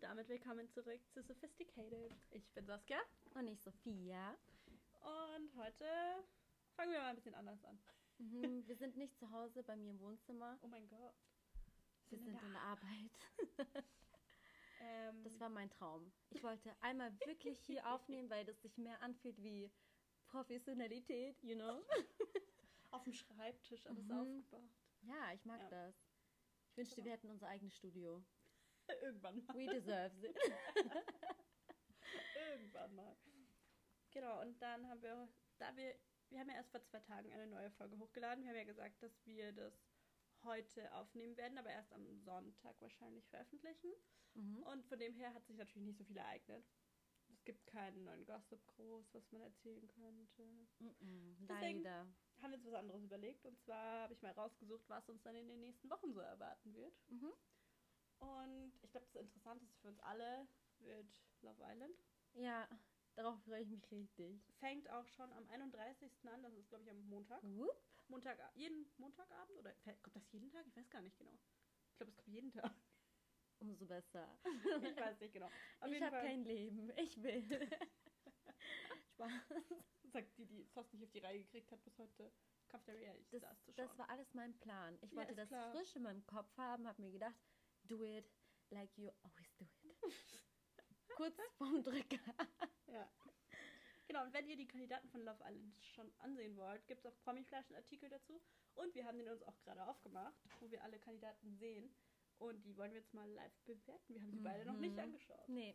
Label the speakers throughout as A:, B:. A: damit willkommen zurück zu Sophisticated. Ich bin Saskia
B: Und ich Sophia.
A: und heute fangen wir mal ein bisschen anders an.
B: Mhm, wir sind nicht zu Hause bei mir im Wohnzimmer.
A: Oh mein Gott.
B: Wir sind in der Arbeit.
A: Ähm,
B: Das war mein Traum. Ich wollte einmal wirklich hier aufnehmen, weil das sich mehr anfühlt wie Professionalität, you know?
A: auf dem Schreibtisch alles
B: Mhm.
A: aufgebracht.
B: Ja, ich mag
A: Ja.
B: das. Genau. Ich wünschte, wir hätten unser eigenes Studio.
A: Irgendwann mal.
B: We deserve it.
A: Irgendwann mal. Genau, und dann haben wir, da wir, wir haben ja erst vor zwei Tagen eine neue Folge hochgeladen. Wir haben ja gesagt, dass wir das heute aufnehmen werden, aber erst am Sonntag wahrscheinlich veröffentlichen.
B: Mhm.
A: Und von dem her hat sich natürlich nicht so viel ereignet. Es gibt keinen neuen Gossip groß, was man erzählen könnte.
B: Mhm.
A: Deswegen-
B: Leider.
A: Haben wir uns was anderes überlegt und zwar habe ich mal rausgesucht, was uns dann in den nächsten Wochen so erwarten wird.
B: Mhm.
A: Und ich glaube, das Interessanteste für uns alle wird Love Island.
B: Ja, darauf freue ich mich richtig.
A: Fängt auch schon am 31. an, das ist glaube ich am Montag.
B: Whoop.
A: Montag, jeden Montagabend oder kommt das jeden Tag? Ich weiß gar nicht genau. Ich glaube, es kommt jeden Tag.
B: Umso besser.
A: Ich weiß nicht genau. Auf
B: ich
A: jeden
B: habe
A: Fall
B: kein Leben. Ich will. Spaß.
A: sagt die, die es fast nicht auf die Reihe gekriegt hat bis heute, Kampf der Reality
B: Das,
A: Stars zu schauen.
B: das war alles mein Plan. Ich
A: Ja,
B: wollte
A: ist
B: das
A: klar.
B: frisch in meinem Kopf haben, habe mir gedacht, do it like you always do it. Kurz vorm Drücker.
A: Ja. Genau, und wenn ihr die Kandidaten von Love Island schon ansehen wollt, gibt es auf Promiflash einen Artikel dazu. Und wir haben den uns auch gerade aufgemacht, wo wir alle Kandidaten sehen. Und die wollen wir jetzt mal live bewerten. Wir haben sie beide noch
B: Mhm.
A: nicht angeschaut.
B: Nee.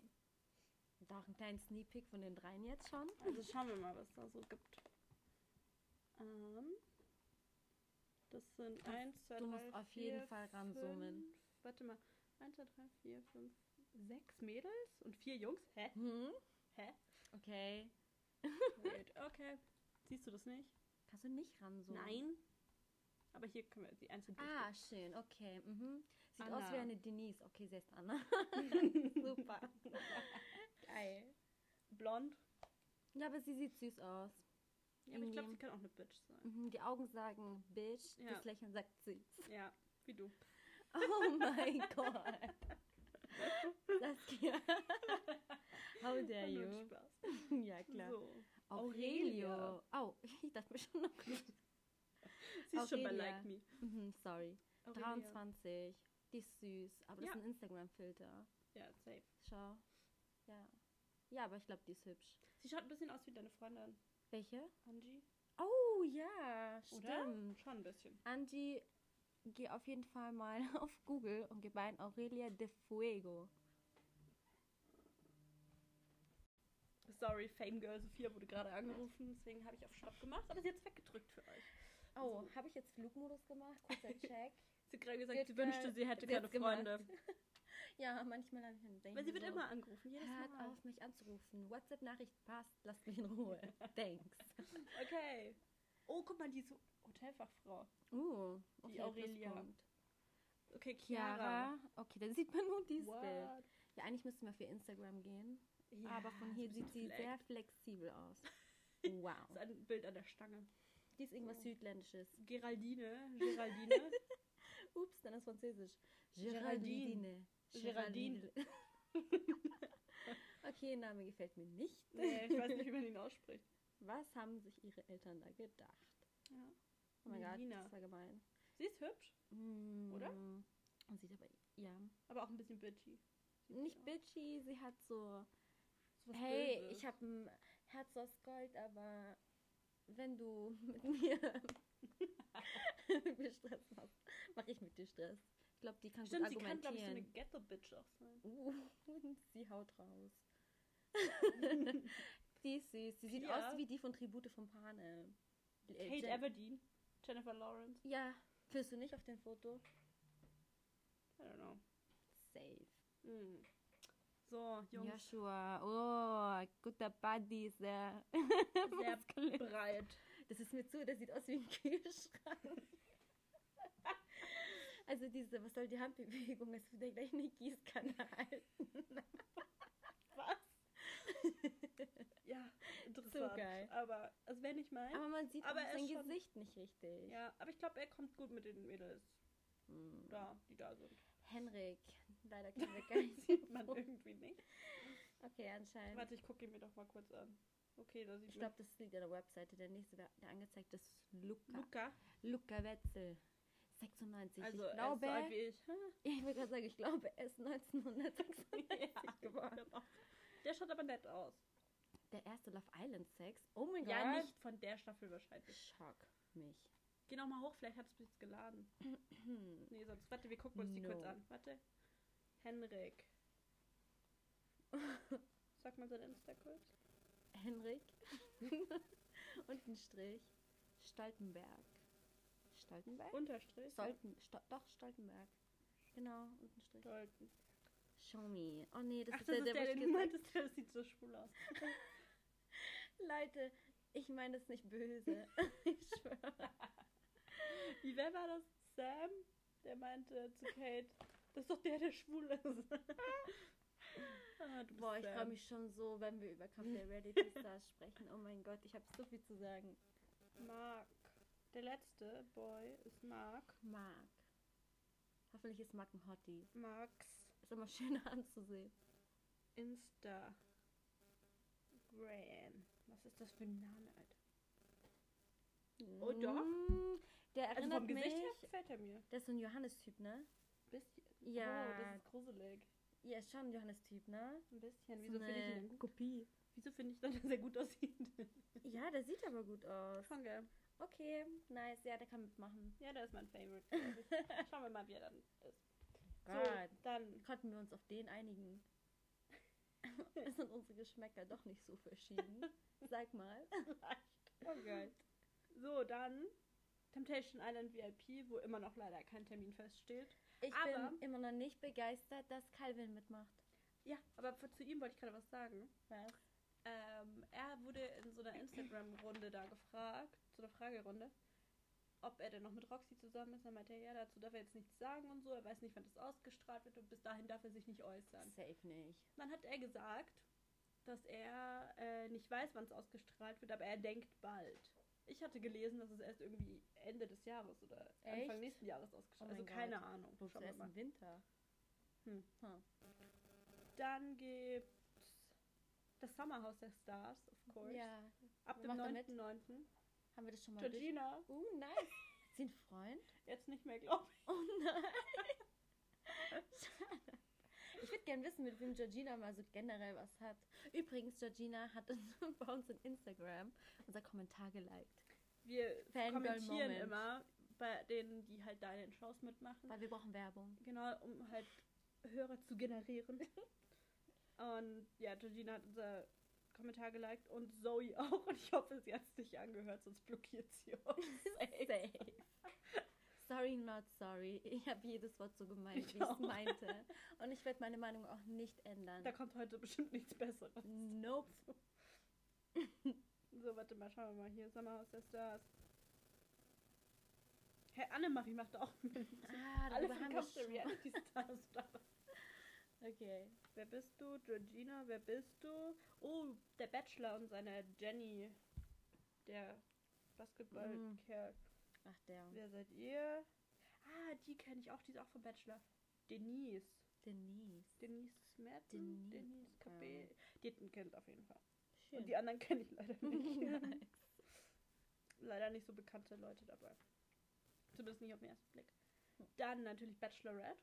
B: Da auch einen kleinen Sneak Peek von den dreien jetzt schon.
A: Also schauen wir mal, was da so gibt. Ähm, das sind 1, 2, 3,
B: du musst auf jeden Fall ranzoomen.
A: Warte mal. 1, 2, 3, 4, 5, 6 Mädels und 4 Jungs? Hä?
B: Hm?
A: Hä?
B: Okay.
A: Weird. Okay. Siehst du das nicht?
B: Kannst du nicht ranzoomen?
A: Nein. Aber hier können wir die einzelnen
B: Ah, schön, okay. Mhm. Sieht
A: Anna.
B: aus wie eine Denise. Okay, sie heißt Anna. Super.
A: Geil. Blond.
B: Ja, aber sie sieht süß aus.
A: Ja, aber ich glaube,
B: Irgendwie.
A: sie kann auch eine Bitch sein.
B: Mhm, Die Augen sagen Bitch,
A: Ja.
B: das Lächeln sagt süß.
A: Ja, wie du.
B: Oh mein Gott. Saskia. How dare
A: Nur ein
B: you?
A: Spaß.
B: Ja, klar.
A: So.
B: Aurelio. Oh, ich dachte mir schon noch nicht.
A: Sie ist schon bei
B: Aurelia.
A: Like Me.
B: Mhm, sorry.
A: Aurelia.
B: 23. Die ist süß, aber das
A: Ja.
B: ist ein Instagram-Filter.
A: Ja, safe.
B: Schau. Ja. Ja, aber ich glaube, die ist hübsch.
A: Sie schaut ein bisschen aus wie deine Freundin.
B: Welche?
A: Angie.
B: Oh ja,
A: Oder?
B: stimmt.
A: Schon ein bisschen.
B: Angie, geh auf jeden Fall mal auf Google und gib ein Aurelia de Fuego.
A: Sorry, Fame Girl Sophia wurde gerade angerufen, deswegen habe ich auf Stopp gemacht, aber sie hat es weggedrückt für euch.
B: Oh, habe ich jetzt Flugmodus gemacht? Kurzer Check.
A: Sie hat gerade gesagt,
B: Wird
A: sie wünschte,
B: geil.
A: sie hätte
B: Wird
A: keine Freunde.
B: Ja, manchmal habe ich einen Denken.
A: Weil sie wird
B: so,
A: immer angerufen, jedes
B: Hört
A: Mal.
B: auf, mich anzurufen. WhatsApp-Nachricht passt, lasst mich in Ruhe. Thanks.
A: Okay. Oh, guck mal, die so Hotelfachfrau.
B: Uh,
A: Die
B: okay,
A: Aurelia.
B: Pluspunkt.
A: Okay, Chiara.
B: Chiara. Okay, dann sieht man nur dieses
A: What?
B: Bild. Ja, eigentlich müssten wir für Instagram gehen.
A: Ja,
B: aber von
A: so
B: hier
A: ein
B: sieht sie
A: bisschen
B: sehr
A: flecked.
B: flexibel aus.
A: Das ist
B: Wow.
A: ein Bild an der Stange.
B: Die ist irgendwas Südländisches.
A: Geraldine, Geraldine.
B: Ups, dann ist Französisch.
A: Geraldine. Geraldine.
B: Geraldine. okay, Name gefällt mir nicht.
A: nee, ich weiß nicht, wie man ihn ausspricht.
B: Was haben sich ihre Eltern da gedacht?
A: Ja.
B: Oh mein Gott,
A: Melina.
B: das war gemein.
A: Sie ist hübsch, Oder?
B: Und sieht aber, ja.
A: aber auch ein bisschen bitchy. Sieht sie
B: Nicht
A: aus.
B: bitchy, sie hat so,
A: So was
B: hey,
A: Böses.
B: ich habe ein Herz aus Gold, aber wenn du mit mir, mit mir Stress machst, mache ich mit dir Stress. Ich glaube, die kann
A: Stimmt,
B: gut
A: sie kann, glaube ich, so eine
B: argumentieren.
A: Ghetto-Bitch auch sein.
B: uh, sie haut raus. die ist süß. Sie sieht
A: Pia.
B: aus wie die von Tribute von Panem. Äh,
A: Kate
B: Jen-
A: Everdeen, Jennifer Lawrence.
B: Ja, willst du nicht auf dem Foto?
A: I don't know.
B: Safe. Hm.
A: Mm. So, Jungs,
B: Joshua, oh, guter Buddy, sehr.
A: sehr breit.
B: Das ist mir zu, der sieht aus wie ein Kühlschrank. Also diese, was soll die Handbewegung, als würde der gleich eine Gießkanne halten.
A: Was? ja, interessant.
B: So geil.
A: Aber es wäre nicht mein.
B: Aber man sieht
A: Aber
B: auch
A: er
B: sein
A: ist schon-
B: Gesicht nicht richtig. Hm.
A: ja, aber ich glaube, er kommt gut mit den Mädels. Da, die da sind.
B: Henrik, Leider können wir gar nicht.
A: Sieht man irgendwie nicht.
B: Okay, anscheinend.
A: Warte, ich gucke ihn mir doch mal kurz an. Okay, da sieht
B: Ich glaube, das liegt an der Webseite. Der nächste, der der angezeigt ist, Luca.
A: man Luca.
B: Luca Wetzel. 96.
A: Also,
B: ich glaube,
A: er ist so alt wie ich. Hm?
B: ja, ich wollte gerade sagen, ich glaube, er ist 1996
A: Ja, ich
B: geworden.
A: glaub auch. Der schaut aber nett aus.
B: Der erste Love Island Sex. Oh mein
A: Ja,
B: Gott.
A: nicht von der Staffel wahrscheinlich.
B: Schock mich.
A: Geh noch mal hoch, vielleicht hat es bis geladen.
B: Hm.
A: Nee, sonst, warte, wir gucken uns die kurz
B: No.
A: an. Warte. Henrik. Sag mal sein Insta kurz.
B: Henrik. Und ein Strich. Stoltenberg. Stoltenberg?
A: Unterstrich.
B: Stolten, Sto doch, Stoltenberg. Genau, und ein Strich.
A: Stolten.
B: Show me. Oh nee, das
A: Ach,
B: ist der, der, wo ich
A: den du
B: gesagt
A: meintest, der sieht so schwul aus.
B: Leute, ich meine das nicht böse. ich schwöre.
A: Wie, wer war das? Sam? Der meinte zu Kate, das ist doch der, der schwul ist. ah, du
B: Boah,
A: bist
B: ich freue
A: Sam.
B: mich schon so, wenn wir über Kampf der Reality Stars sprechen. Oh mein Gott, ich habe so viel zu sagen.
A: Mark. Der letzte Boy ist Mark.
B: Marc. Hoffentlich ist Marc ein Hottie.
A: Marks
B: Ist immer schöner anzusehen.
A: Insta. Graham. Was ist das für ein Name, Alter? Oh, doch.
B: Mm, Der
A: Also
B: erinnert
A: vom
B: mich.
A: Gesicht her gefällt er mir.
B: Der ist so ein Johannes-Typ, ne?
A: Bisschen.
B: Ja.
A: Oh, das ist gruselig.
B: Ja, ist schon ein Johannes-Typ, ne?
A: Ein bisschen.
B: So
A: Wieso finde ich
B: eine
A: ihn denn gut?
B: Kopie.
A: Wieso finde ich dann, dass er gut aussieht?
B: Ja, der sieht aber gut aus.
A: Schon geil.
B: Okay, nice. Ja, der kann mitmachen.
A: Ja, der ist mein Favorite. glaub ich. Schauen wir mal, wie er dann ist.
B: Gott.
A: So, dann.
B: Konnten wir uns auf den einigen? Es sind unsere Geschmäcker doch nicht so verschieden. Sag mal.
A: Oh, geil. So, dann. Temptation Island VIP, wo immer noch leider kein Termin feststeht.
B: Ich
A: Aber-
B: bin immer noch nicht begeistert, dass Calvin mitmacht.
A: Ja, aber für- zu ihm wollte ich gerade was sagen.
B: Was?
A: Ähm, er wurde in so einer Instagram-Runde da gefragt, so einer Fragerunde, ob er denn noch mit Roxy zusammen ist. Er meinte, ja, dazu darf er jetzt nichts sagen und so. Er weiß nicht, wann das ausgestrahlt wird und bis dahin darf er sich nicht äußern.
B: Safe nicht.
A: Dann hat er gesagt, dass er äh, nicht weiß, wann es ausgestrahlt wird, aber er denkt bald. Ich hatte gelesen, dass es erst irgendwie Ende des Jahres oder Anfang
B: Echt?
A: nächsten Jahres
B: Oh
A: ausgestrahlt
B: mein
A: wird. also keine
B: Gott.
A: Ahnung.
B: Bloß
A: Schauen wir
B: erst
A: mal.
B: im Winter.
A: Hm.
B: Hm.
A: Dann gibt's das Sommerhaus der Stars, of course.
B: Ja.
A: Ab
B: Wer
A: dem
B: macht da mit?
A: 9.9.
B: Haben wir das schon mal durch?
A: Georgina.
B: Oh, nice. Ist sie ein Freund?
A: Jetzt nicht mehr, glaube ich.
B: Oh nein. Schade. Ich würde gerne wissen, mit wem Georgina mal so generell was hat. Übrigens, Georgina hat uns bei uns in Instagram unser Kommentar geliked.
A: Wir
B: Fangirl
A: kommentieren
B: Moment.
A: immer bei denen, die halt da in den Shows mitmachen.
B: Weil wir brauchen Werbung.
A: Genau, um halt Hörer zu generieren. und ja, Georgina hat unser Kommentar geliked und Zoe auch. Und ich hoffe, sie hat es nicht angehört, sonst blockiert sie uns.
B: Oh, Safe. Sorry, not sorry. Ich habe jedes Wort so gemeint,
A: Ich
B: wie ich es
A: auch.
B: meinte. Und ich werde meine Meinung auch nicht ändern.
A: Da kommt heute bestimmt nichts Besseres.
B: Nope.
A: So, warte mal, schauen wir mal hier. Sommerhaus der Stars. Hey, Annemarie macht auch mit.
B: Ah,
A: Alle
B: darüber
A: von
B: haben wir
A: Kampf der
B: schon.
A: Reality Stars da.
B: Okay.
A: Wer bist du? Georgina, wer bist du? Oh, der Bachelor und seine Jenny. Der Basketballkerl.
B: Ach, der.
A: Wer seid ihr? Ah, die kenne ich auch, die ist auch vom Bachelor. Denise.
B: Denise.
A: Denise Merten?
B: Denise,
A: Denise Capé. Die kennt auf jeden Fall.
B: Schön.
A: Und die anderen kenne ich leider nicht.
B: nice.
A: leider nicht so bekannte Leute dabei. Zumindest nicht auf den ersten Blick.
B: Hm.
A: Dann natürlich Bachelorette.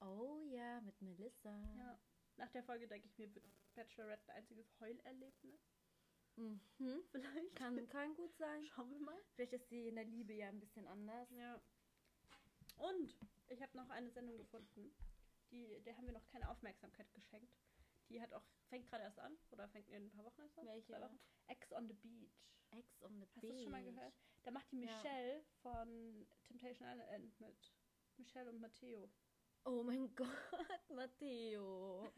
B: Oh ja, mit Melissa.
A: Ja. Nach der Folge denke ich mir, wird Bachelorette ein einziges Heulerlebnis
B: Mhm.
A: vielleicht.
B: Kann, kann gut sein.
A: Schauen wir mal.
B: Vielleicht ist sie in der Liebe ja ein bisschen anders.
A: Ja. Und ich habe noch eine Sendung gefunden, die der haben wir noch keine Aufmerksamkeit geschenkt. Die hat auch fängt gerade erst an oder fängt in ein paar Wochen erst an?
B: Welche?
A: Zwei Wochen. Ex on the Beach.
B: Ex on the
A: Hast du
B: Beach.
A: das schon mal gehört? Da macht die
B: Ja.
A: Michelle von Temptation Island äh, mit. Michelle und Matteo.
B: Oh mein Gott, Matteo.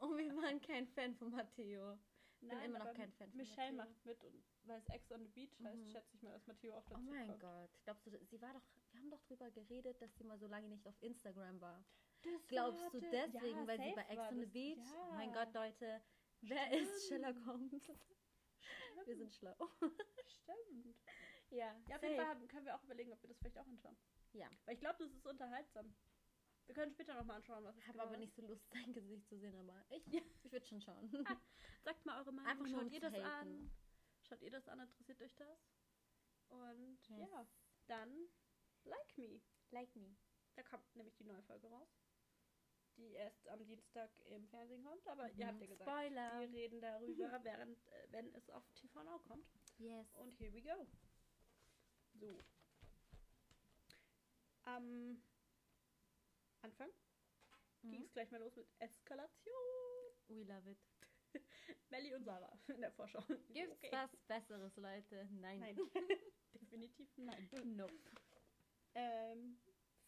B: Oh, wir waren kein Fan von Matteo. bin immer noch
A: aber
B: kein Fan von
A: Michelle
B: Matteo.
A: macht mit und weil es Ex on the Beach heißt,
B: Mhm.
A: schätze ich mal, dass Matteo auch
B: Oh
A: dazu
B: mein
A: kommt.
B: Gott. Glaubst du, sie war doch. Wir haben doch drüber geredet, dass sie mal so lange nicht auf Instagram war.
A: Das war
B: Glaubst du
A: das-
B: deswegen,
A: Ja,
B: weil sie
A: safe
B: bei Ex
A: war
B: on the
A: das.
B: Beach?
A: Ja.
B: Oh mein Gott, Leute. Wer ist Sherlock Holmes? Wir sind schlau.
A: Stimmt.
B: Ja,
A: Ja, auf jeden Fall haben- können wir auch überlegen, ob wir das vielleicht auch anschauen.
B: Ja.
A: Weil ich glaube, das ist unterhaltsam. Wir können später nochmal anschauen, was es
B: Ich habe
A: genau
B: aber
A: ist.
B: nicht so Lust, sein Gesicht zu sehen, aber ich,
A: Ja.
B: ich würde schon schauen.
A: Sagt mal eure Meinung.
B: Einfach nur,
A: Schaut
B: um
A: ihr
B: zu
A: das
B: helfen.
A: an? Schaut ihr das an? Interessiert euch das? Und
B: Yes.
A: ja, dann like me.
B: Like me.
A: Da kommt nämlich die neue Folge raus. Die erst am Dienstag im Fernsehen kommt, aber ihr habt ja gesagt,
B: Spoiler.
A: wir reden darüber, während äh, wenn es auf TV Now kommt.
B: Yes.
A: Und here we go. So. Am Anfang
B: Mhm.
A: ging es gleich mal los mit Eskalation.
B: We love it.
A: Melly und Sarah in der Vorschau.
B: Gibt's was Besseres, Leute? Nein.
A: Nein. Definitiv nein.
B: Nope.
A: Ähm,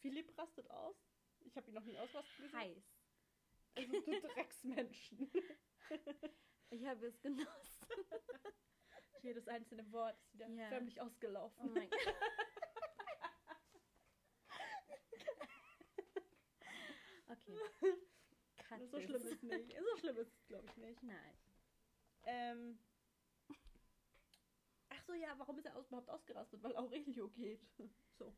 A: Philipp rastet aus. Ich habe ihn noch nie ausrasten gesehen.
B: Heiß.
A: Also, du Drecksmenschen.
B: Ich habe es genossen.
A: Jedes einzelne Wort ist wieder
B: Ja.
A: förmlich ausgelaufen.
B: Oh mein Gott. okay. Cut
A: so
B: this.
A: schlimm ist es nicht. So schlimm ist es, glaube ich, nicht.
B: Nein.
A: Ähm. Ach so, ja, warum ist er aus, überhaupt ausgerastet? Weil Aurelio geht. So.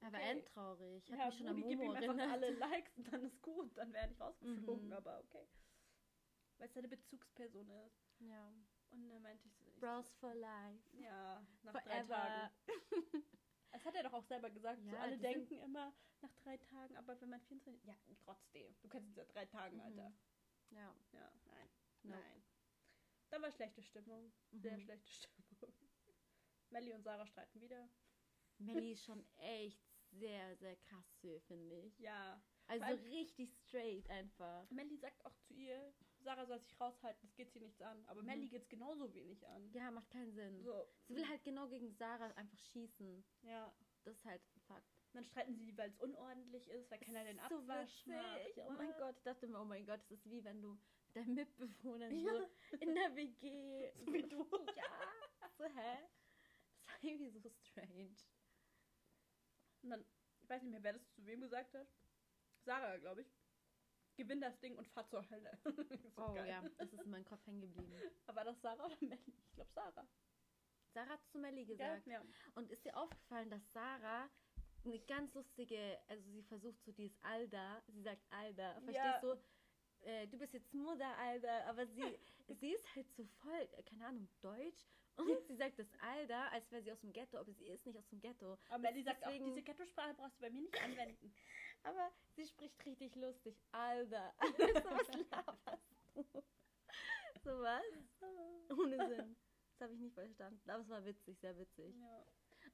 B: Aber
A: Okay.
B: endtraurig. Ich habe
A: ja,
B: mich schon an
A: Brudi, gib ihm
B: Momo
A: einfach
B: erinnert.
A: alle Likes und dann ist gut. Dann werde ich rausgeflogen,
B: Mhm.
A: aber okay. Weil es seine Bezugsperson ist.
B: Ja.
A: Und dann meinte ich so. Ich
B: Bros for life.
A: Ja, nach drei
B: Forever.
A: Tagen. Das hat er doch auch selber gesagt. so
B: Ja,
A: alle
B: die sind-
A: denken immer nach drei Tagen, aber wenn man 24. Ja, trotzdem. Du kannst es ja drei Tagen,
B: Mhm.
A: Alter.
B: Ja.
A: Ja, nein.
B: Nope.
A: Nein. Dann war schlechte Stimmung. Sehr
B: Mhm.
A: schlechte Stimmung. Melly und Sarah streiten wieder.
B: Melly ist schon echt sehr, sehr krass, hier, finde ich.
A: Ja.
B: Also
A: allem-
B: richtig straight einfach.
A: Melly sagt auch zu ihr, Sarah soll sich raushalten, es geht sie nichts an. Aber
B: Mhm.
A: Melly geht es genauso wenig an.
B: Ja, macht keinen Sinn.
A: So.
B: Sie will halt genau gegen Sarah einfach schießen.
A: Ja.
B: Das ist halt fuck.
A: Und Dann streiten sie, weil es unordentlich ist, weil keiner den Abwasch
B: so
A: macht.
B: witzig. Oh mein
A: What?
B: Gott, ich dachte mir, oh mein Gott, es ist wie wenn du mit deinen Mitbewohnern
A: Ja.
B: so in der WG.
A: So wie du.
B: Ja. So, hä? Das war irgendwie so strange.
A: Und dann, ich weiß nicht mehr, wer das zu wem gesagt hat. Sarah, glaube ich. Gewinn das Ding und fahr zur Hölle. so
B: Oh
A: geil.
B: ja, das ist in meinem Kopf hängen geblieben.
A: Aber das Sarah oder Melly? Ich glaube Sarah.
B: Sarah hat zu Melly gesagt.
A: Ja, ja.
B: Und ist dir aufgefallen, dass Sarah eine ganz lustige, also sie versucht so dieses Alda, sie sagt Alda, verstehst
A: Ja.
B: du? Äh, du bist jetzt Mutter, Alda, aber sie, sie ist halt so voll, äh, keine Ahnung, deutsch und sie sagt das Alda, als wäre sie aus dem Ghetto, aber sie ist nicht aus dem Ghetto.
A: Aber Melly sagt
B: Deswegen-
A: auch, diese Ghetto-Sprache brauchst du bei mir nicht anwenden.
B: Aber sie spricht richtig lustig, Alda. so was laberst du? So was?
A: Ah,
B: Ohne Sinn. Das habe ich nicht verstanden, aber es war witzig, sehr witzig.
A: ja.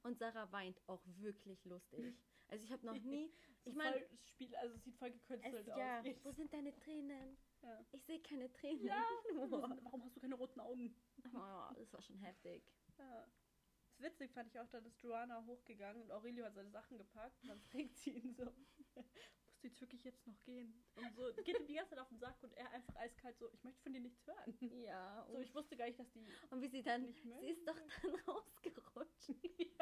B: Und Sarah weint auch wirklich lustig. Also ich habe noch nie,
A: Ich
B: ich meine,
A: meine, das Spiel, also es sieht voll gekünstelt
B: Es,
A: aus.
B: ja,
A: Jedes-
B: wo sind deine Tränen?
A: Ja.
B: Ich sehe keine Tränen.
A: Ja.
B: Oh,
A: Warum hast du keine roten Augen?
B: das war schon heftig.
A: Ja. Das witzig fand ich auch, dann ist Joanna hochgegangen und Aurelio hat seine Sachen gepackt und dann fragt sie ihn so, musst du jetzt wirklich jetzt noch gehen? Und so, geht ihm die ganze Zeit auf den Sack und er einfach eiskalt so, ich möchte von dir nichts hören.
B: Ja.
A: So, ich wusste gar nicht, dass die
B: und wie sie dann,
A: nicht mögen.
B: sie ist doch dann rausgerutscht.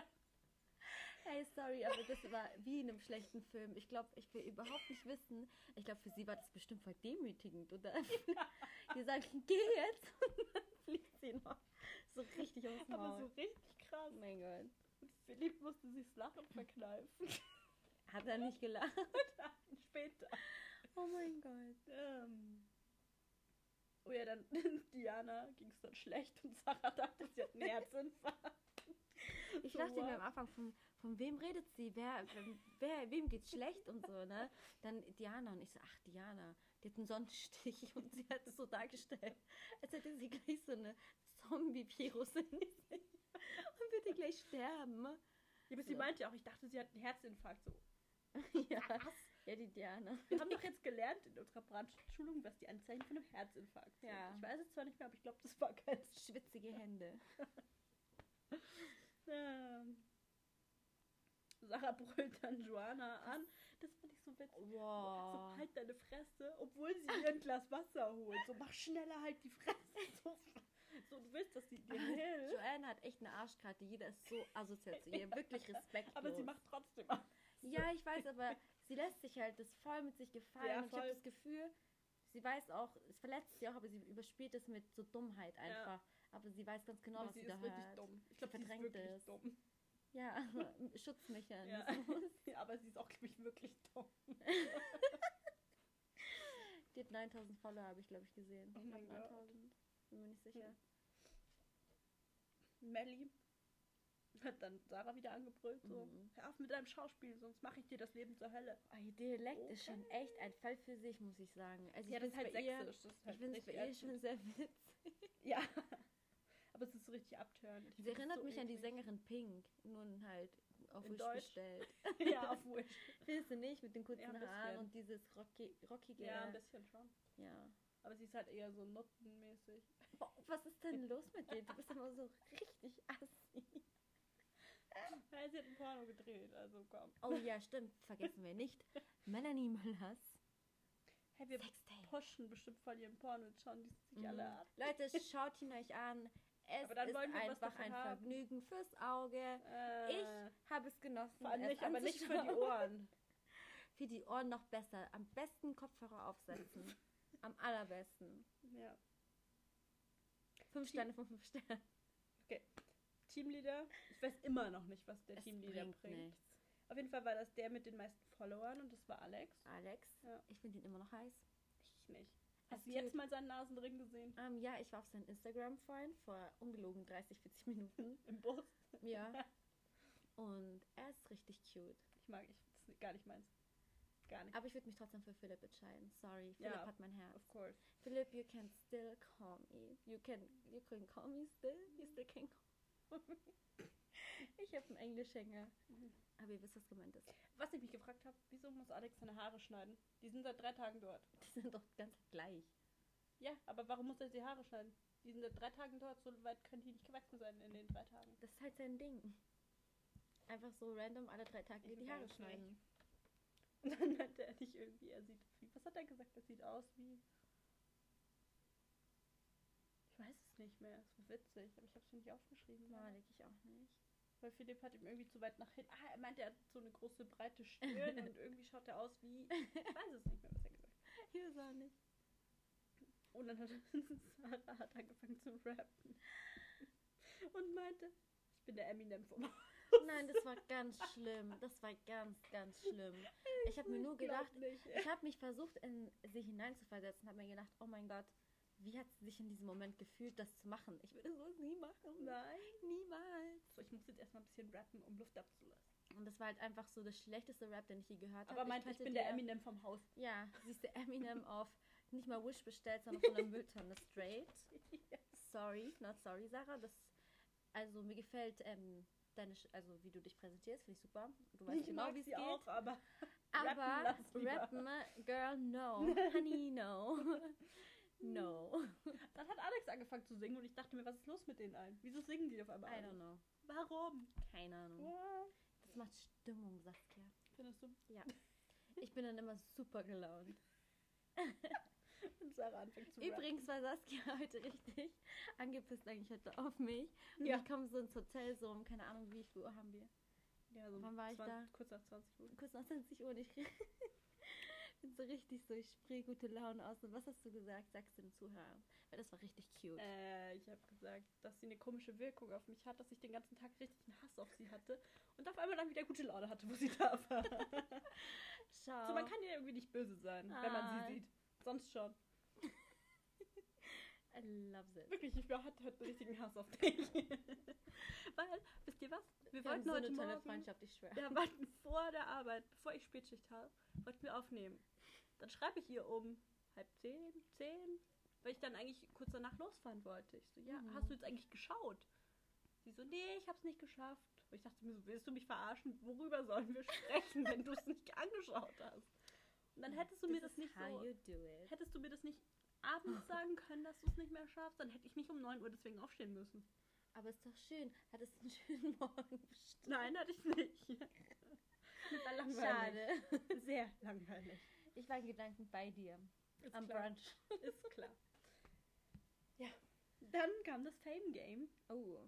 B: Hey, sorry, aber das war wie in einem schlechten Film. Ich glaube, ich will überhaupt nicht wissen. Ich glaube, für sie war das bestimmt voll demütigend, oder? Die sagt, geh jetzt. Und dann fliegt sie noch. So richtig aus dem
A: Aber
B: Maul.
A: so richtig krass.
B: oh mein Gott.
A: Und Philipp musste sich das Lachen verkneifen.
B: Hat er nicht gelacht?
A: Später.
B: Oh mein Gott.
A: Ähm. Oh ja, dann Diana ging es dann schlecht und Sarah dachte, sie hat einen Herzinfarkt.
B: Ich
A: So,
B: dachte mir
A: wow.
B: am Anfang, von, von wem redet sie? Wer, wem- wer, wem geht's schlecht und so, ne? Dann Diana und ich so, ach Diana, die hat einen Sonnenstich und sie hat es so dargestellt, als hätte sie gleich so eine Zombie-Virus in sich und würde gleich sterben.
A: Ja, aber sie
B: So.
A: meinte auch, ich dachte, sie hat einen Herzinfarkt. So,
B: Ja,
A: was?
B: ja die Diana.
A: Wir haben doch jetzt gelernt in unserer Brandschulung, was die Anzeichen von einem Herzinfarkt sind.
B: Ja.
A: Ich weiß es zwar nicht mehr, aber ich glaube, das war kein.
B: Schwitzige Hände.
A: Ähm. Sarah brüllt dann Joanna an. Das fand ich so witzig. So,
B: Wow.
A: halt deine Fresse, obwohl sie ihr ein Glas Wasser holt. So, mach schneller halt die Fresse. So, so du willst, dass sie dir hilft.
B: Joanna hat echt eine Arschkarte. Jeder ist so assoziiert zu ihr. Wirklich respektlos.
A: Aber sie macht trotzdem an.
B: Ja, ich weiß, aber sie lässt sich halt das voll mit sich gefallen.
A: Ja,
B: und ich habe
A: voll.
B: das Gefühl, sie weiß auch, es verletzt sie auch, aber sie überspielt es mit so Dummheit einfach. Aber sie weiß ganz genau,
A: Aber
B: was
A: sie
B: sie da
A: ist
B: hört.
A: wirklich dumm. Ich glaube, sie ist
B: verdrängt
A: wirklich
B: es. Ähm.
A: dumm.
B: Ja, Schutzmechanismus. Oh
A: Ja. Aber sie ist auch, glaube ich, wirklich dumm.
B: 9000 Follower habe ich, glaube ich, gesehen.
A: Oh
B: Ich glaub,
A: mein Gott.
B: 9000. Bin mir nicht sicher.
A: Melly hat dann Sarah wieder angebrüllt, so,
B: Mhm.
A: hör auf mit deinem Schauspiel, sonst mache ich dir das Leben zur Hölle.
B: Oh, ihr Dialekt ist schon echt ein Fall für sich, muss ich sagen. Also ich
A: ja, das ist
B: find's
A: halt
B: bei ihr,
A: sächsisch. Das ist
B: Ich
A: halt
B: finde es bei
A: richtig
B: ihr
A: ätzend.
B: schon sehr witzig.
A: Ja. Aber es ist so richtig abtörend.
B: Sie erinnert mich an die Sängerin Pink, nun halt auf
A: In
B: Wish
A: Deutsch?
B: bestellt.
A: ja, auf Wish.
B: Findest du nicht? Mit den kurzen
A: Ja, ein
B: Haaren
A: bisschen.
B: und dieses rocki rockige.
A: Ja, ein bisschen schon.
B: ja.
A: Aber sie ist halt eher so nuttenmäßig.
B: Oh, was ist denn los mit dir? Du bist immer so richtig assi.
A: Ja, sie hat ein Porno gedreht, also komm.
B: Oh ja, stimmt. Vergessen wir nicht. Melanie Müllers.
A: Hey, wir
B: Sextape.
A: pushen bestimmt von ihrem Porno und schauen die sich
B: Mhm.
A: alle an.
B: Leute, schaut ihn euch an. Es
A: Aber dann
B: ist
A: wollen wir was
B: einfach
A: davon
B: ein
A: haben.
B: Vergnügen fürs Auge.
A: Äh,
B: Ich habe es genossen.
A: Vor allem
B: es
A: nicht, aber nicht für die
B: anzuschauen.
A: Ohren.
B: Für die Ohren noch besser. Am besten Kopfhörer aufsetzen. Am allerbesten.
A: Ja. Team-
B: Fünf Sterne von fünf Sternen.
A: Teamleader. Ich weiß immer noch nicht, was der
B: Es
A: Teamleader bringt.
B: nichts.
A: Auf jeden Fall war das der mit den meisten Followern und das war Alex.
B: Alex,
A: Ja.
B: ich finde ihn immer noch heiß.
A: Ich nicht.
B: Es
A: Hast du
B: geht.
A: jetzt mal seinen Nasenring gesehen?
B: Ähm, ja, ich war auf seinen Instagram-Freund vor ungelogen 30, 40 Minuten.
A: Im Bus?
B: Ja. Und er ist richtig cute.
A: Ich mag, ich, das ist gar nicht meins. Gar nicht.
B: Aber ich würde mich trotzdem für Philipp entscheiden. Sorry,
A: Ja.
B: Philipp hat mein Herz.
A: Of course.
B: Philipp, you can still call me. You can, you can call me still. You still can call me. Ich habe einen Englischhänger.
A: Mhm.
B: Aber ihr wisst, was gemeint ist.
A: Was ich mich gefragt habe, wieso muss Alex seine Haare schneiden? Die sind seit drei Tagen dort.
B: Die sind doch ganz gleich.
A: Ja, aber warum muss er die Haare schneiden? Die sind seit drei Tagen dort, so weit können die nicht gewachsen sein in den drei Tagen.
B: Das ist halt sein Ding. Einfach so random alle drei Tage
A: Ich
B: die
A: find
B: Haare
A: alles schlecht.
B: schneiden.
A: Und dann meinte er nicht irgendwie, er sieht, wie, was hat er gesagt, er sieht aus wie... Ich weiß es nicht mehr, es war witzig, aber ich habe es mir nicht aufgeschrieben. leider.
B: Malik, ich auch nicht.
A: Weil Philipp hat ihm irgendwie zu weit nach hinten... Ah, er meinte, er hat so eine große, breite Stirn und irgendwie schaut er aus wie... Ich weiß es nicht mehr, was er gesagt hat.
B: Ich weiß auch nicht.
A: Und dann hat Sarah hat angefangen zu rappen. Und meinte, ich bin der Eminem vom
B: Nein, das war ganz schlimm. Das war ganz, ganz schlimm. Ich habe mir nur gedacht,
A: Glaub nicht.
B: ich habe mich versucht, in sie hineinzuversetzen, habe mir gedacht, oh mein Gott, wie hat sie sich in diesem Moment gefühlt, das zu machen? Ich würde sowas nie machen.
A: Nein.
B: Niemals.
A: So, ich muss jetzt erstmal ein bisschen rappen, um Luft abzulassen.
B: Und das war halt einfach so das schlechteste Rap, den ich je gehört habe.
A: Aber meinte, ich
B: kannte
A: bin der
B: die-
A: Eminem vom Haus.
B: Ja, siehst du Eminem auf nicht mal Wish bestellt, sondern von der Mülltonne straight. Sorry, not sorry, Sarah. Das, also mir gefällt ähm, deine, Sch- also wie du dich präsentierst, finde ich super. Du weißt
A: Ich
B: genau,
A: mag
B: wie es
A: sie
B: geht.
A: auch, aber Rappen
B: Aber
A: lass lieber.
B: rappen, girl, no. Honey, no. No.
A: dann hat Alex angefangen zu singen und ich dachte mir, was ist los mit denen allen? Wieso singen die auf einmal?
B: I
A: alle?
B: don't know. Mhm.
A: Warum?
B: Keine Ahnung.
A: What?
B: Das macht Stimmung, Saskia.
A: Findest du?
B: Ich bin dann immer super gelaunt.
A: Und Sarah anfängt zu
B: Übrigens war Saskia heute richtig angepisst eigentlich heute auf mich. Und
A: Ja.
B: ich komme so ins Hotel so um, keine Ahnung, wie viel Uhr haben wir?
A: rappen. Ja, so
B: wann war ich
A: 20 Kurz nach 20 Uhr.
B: Kurz nach 20 Uhr und ich bin so richtig so, ich sprühe gute Laune aus. Und was hast du gesagt? Sagst du den Zuhörern? Weil das war richtig cute.
A: Äh, ich habe gesagt, dass sie eine komische Wirkung auf mich hat, dass ich den ganzen Tag richtigen Hass auf sie hatte und auf einmal dann wieder gute Laune hatte, wo sie da war.
B: Schau.
A: So, man kann ihr irgendwie nicht böse sein, wenn man
B: Ah.
A: sie sieht. Sonst schon.
B: I love it.
A: Wirklich, ich hatte heute richtigen Hass auf dich. Weil, wisst ihr was? Wir,
B: Wir
A: wollten
B: haben so eine
A: heute
B: tolle
A: Morgen,
B: Freundschaft, ich schwöre.
A: wir wollten vor der Arbeit, bevor ich Spätschicht habe, wollten wir aufnehmen. Dann schreibe ich ihr um halb zehn, zehn, weil ich dann eigentlich kurz danach losfahren wollte. Ich so, ja,
B: Mhm.
A: hast du jetzt eigentlich geschaut? Sie so, nee, ich hab's nicht geschafft. Und ich dachte mir so, willst du mich verarschen? Worüber sollen wir sprechen, wenn du es nicht angeschaut hast? Und dann hättest du mir das
B: is
A: nicht
B: how
A: so
B: you do it.
A: Hättest du mir das nicht abends sagen können, dass du es nicht mehr schaffst, dann hätte ich nicht um 9 Uhr deswegen aufstehen müssen.
B: Aber ist doch schön. Hattest du einen schönen Morgen bestimmt.
A: Nein, hatte ich nicht. Mir war langweilig.
B: Schade.
A: Schade. Sehr langweilig.
B: Ich war in Gedanken bei dir.
A: Ist
B: am
A: klar.
B: Brunch.
A: Ist klar. Ja. Dann kam das Fame-Game.
B: Oh.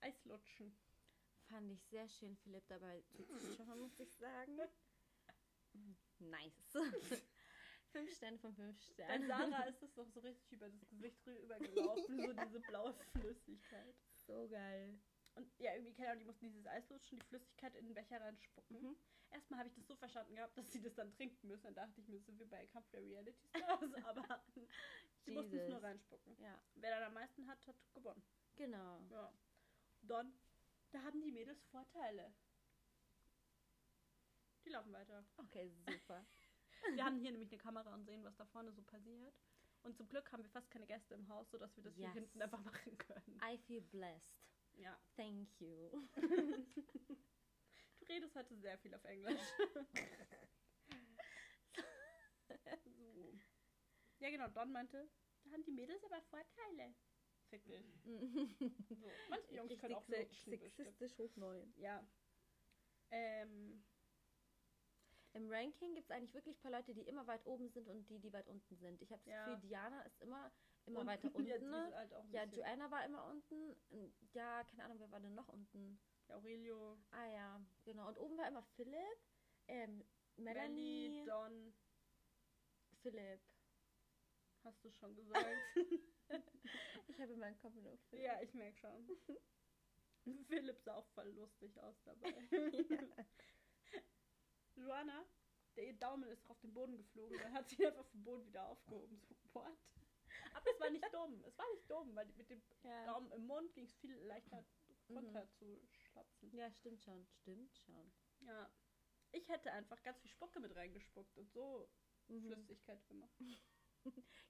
A: Eislutschen.
B: Fand ich sehr schön, Philipp dabei zu zuschauen, muss ich sagen. Nice. fünf Sterne von fünf
A: Bei
B: Sternen.
A: Sarah ist das doch so richtig über das Gesicht rübergelaufen, so diese blaue Flüssigkeit.
B: so geil.
A: Und ja, irgendwie, keine Ahnung, die mussten dieses Eis lutschen, die Flüssigkeit in den Becher reinspucken.
B: Mhm.
A: Erstmal habe ich das so verstanden gehabt, dass sie das dann trinken müssen. Dann dachte ich mir, sind wir bei Kampf der Reality Stars, aber sie mussten es nur
B: Jesus.
A: reinspucken.
B: Ja,
A: Wer dann am meisten hat, hat gewonnen.
B: genau.
A: Ja. Dann, da haben die Mädels Vorteile. Die laufen weiter.
B: Okay, super.
A: Wir haben hier nämlich eine Kamera und sehen, was da vorne so passiert. Und zum Glück haben wir fast keine Gäste im Haus, sodass wir das hier
B: Yes.
A: hinten einfach machen können.
B: I feel blessed.
A: Ja.
B: Thank you.
A: Du redest heute sehr viel auf Englisch. so. Ja, genau. Don meinte, da haben die Mädels aber Vorteile. Fickel. So.
B: Äh,
A: Manche Jungs können auch
B: se-
A: lutschen, bestimmt.
B: sexistisch hoch neun.
A: Ja. Ähm,
B: Im Ranking gibt es eigentlich wirklich ein paar Leute, die immer weit oben sind und die, die weit unten sind. Ich habe das
A: Ja.
B: Gefühl, Diana ist immer, immer
A: und-
B: weiter
A: Ja, die
B: unten. ne?
A: ist halt auch ein
B: Ja,
A: bisschen-
B: Joanna war immer unten. Ja, keine Ahnung, wer war denn noch unten?
A: ja, Aurelio,
B: Ah ja, genau. Und oben war immer Philipp, ähm, Melanie,
A: Melanie, Don,
B: Philipp.
A: hast du schon gesagt.
B: Ich habe in meinem Kopf nur Philipp.
A: Ja, ich merke schon. Philipp sah auch voll lustig aus dabei. Joanna, der ihr Daumen ist doch auf den Boden geflogen, dann hat sie ihn einfach vom Boden wieder aufgehoben. So, what? Aber es war nicht dumm. Es war nicht dumm, weil mit dem
B: Ja.
A: Daumen im Mund ging es viel leichter
B: Mhm.
A: runter zu schlapsen.
B: ja, stimmt schon, stimmt schon.
A: Ja. Ich hätte einfach ganz viel Spucke mit reingespuckt und so
B: Mhm.
A: Flüssigkeit gemacht.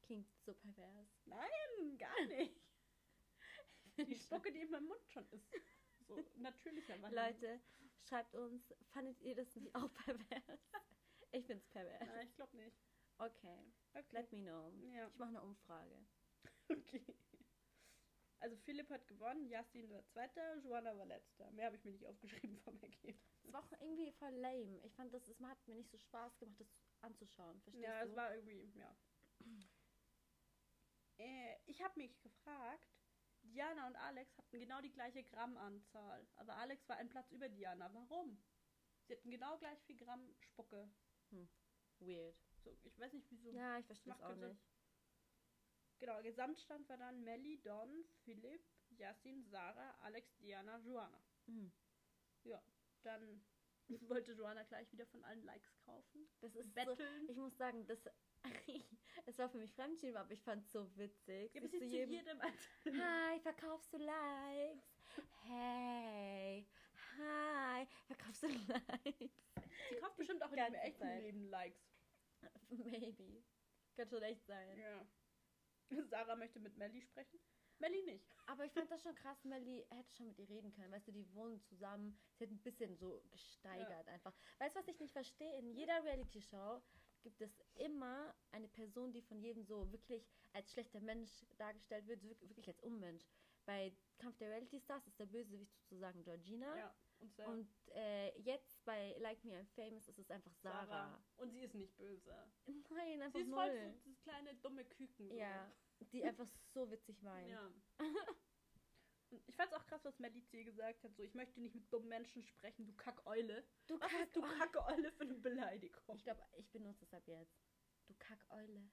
B: Klingt so pervers.
A: Hm, Gar nicht. Die Spucke, die in meinem Mund schon ist. So natürlicherweise.
B: Leute, schreibt uns, fandet ihr das nicht auch pervers? Ich find's pervers.
A: Nein, ich glaube nicht.
B: Okay,
A: Okay.
B: let me know.
A: Ja,
B: Ich mache eine Umfrage.
A: okay. Also Philipp hat gewonnen, Yasin war Zweiter, Joanna war Letzter. Mehr habe ich mir nicht aufgeschrieben vom Ergebnis.
B: Es war auch irgendwie voll lame. Ich fand, das ist, hat mir nicht so Spaß gemacht, das anzuschauen. Verstehst
A: ja,
B: du?
A: es war irgendwie, ja. Äh, ich habe mich gefragt, Diana und Alex hatten genau die gleiche Grammanzahl, aber Alex war ein Platz über Diana. Warum? Sie hatten genau gleich viel Gramm Spucke.
B: weird.
A: So, ich weiß nicht wieso.
B: Ja, ich verstehe es
A: Macht
B: auch
A: keinen Sinn.
B: nicht.
A: Genau, Gesamtstand war dann Melly, Don, Philipp, Yasin, Sarah, Alex, Diana, Joanna.
B: Mhm.
A: dann wollte Joanna gleich wieder von allen Likes kaufen.
B: Das ist so,
A: Betteln.
B: ich muss sagen, das es war für mich Fremdschirm, aber ich fand's so witzig.
A: Ja,
B: Sich
A: bis sie zu jedem, einzelnen.
B: Hi, verkaufst du Likes? Hey, hi, verkaufst du Likes?
A: Sie kauft bestimmt auch in
B: ganze
A: ihrem echten
B: Zeit.
A: Leben Likes.
B: Maybe. Kann schon echt sein.
A: Ja. Sarah möchte mit Melly sprechen. Melly nicht.
B: Aber ich fand das schon krass, Melly hätte schon mit ihr reden können. Weißt du, die wohnen zusammen. Sie hat ein bisschen so gesteigert einfach. Weißt du, was ich nicht verstehe? In jeder Reality-Show gibt es immer eine Person, die von jedem so wirklich als schlechter Mensch dargestellt wird, wirk- wirklich als Unmensch. Bei Kampf der Reality Stars ist der Bösewicht sozusagen Georgina.
A: Ja. Und Sarah.
B: Und äh, jetzt bei Like Me I'm Famous ist es einfach Sarah.
A: Und sie ist nicht böse.
B: Nein, einfach
A: Sie ist voll so
B: null.
A: dieses kleine dumme Küken. So.
B: ja, die einfach so witzig weint.
A: Ja. Und ich fand's auch krass, was Melly zu ihr gesagt hat. So, ich möchte nicht mit dummen Menschen sprechen, du Kackeule.
B: Du oh,
A: Was hast du
B: Kackeule.
A: Kackeule für eine Beleidigung?
B: Ich glaube, ich benutze es ab jetzt. Du Kackeule.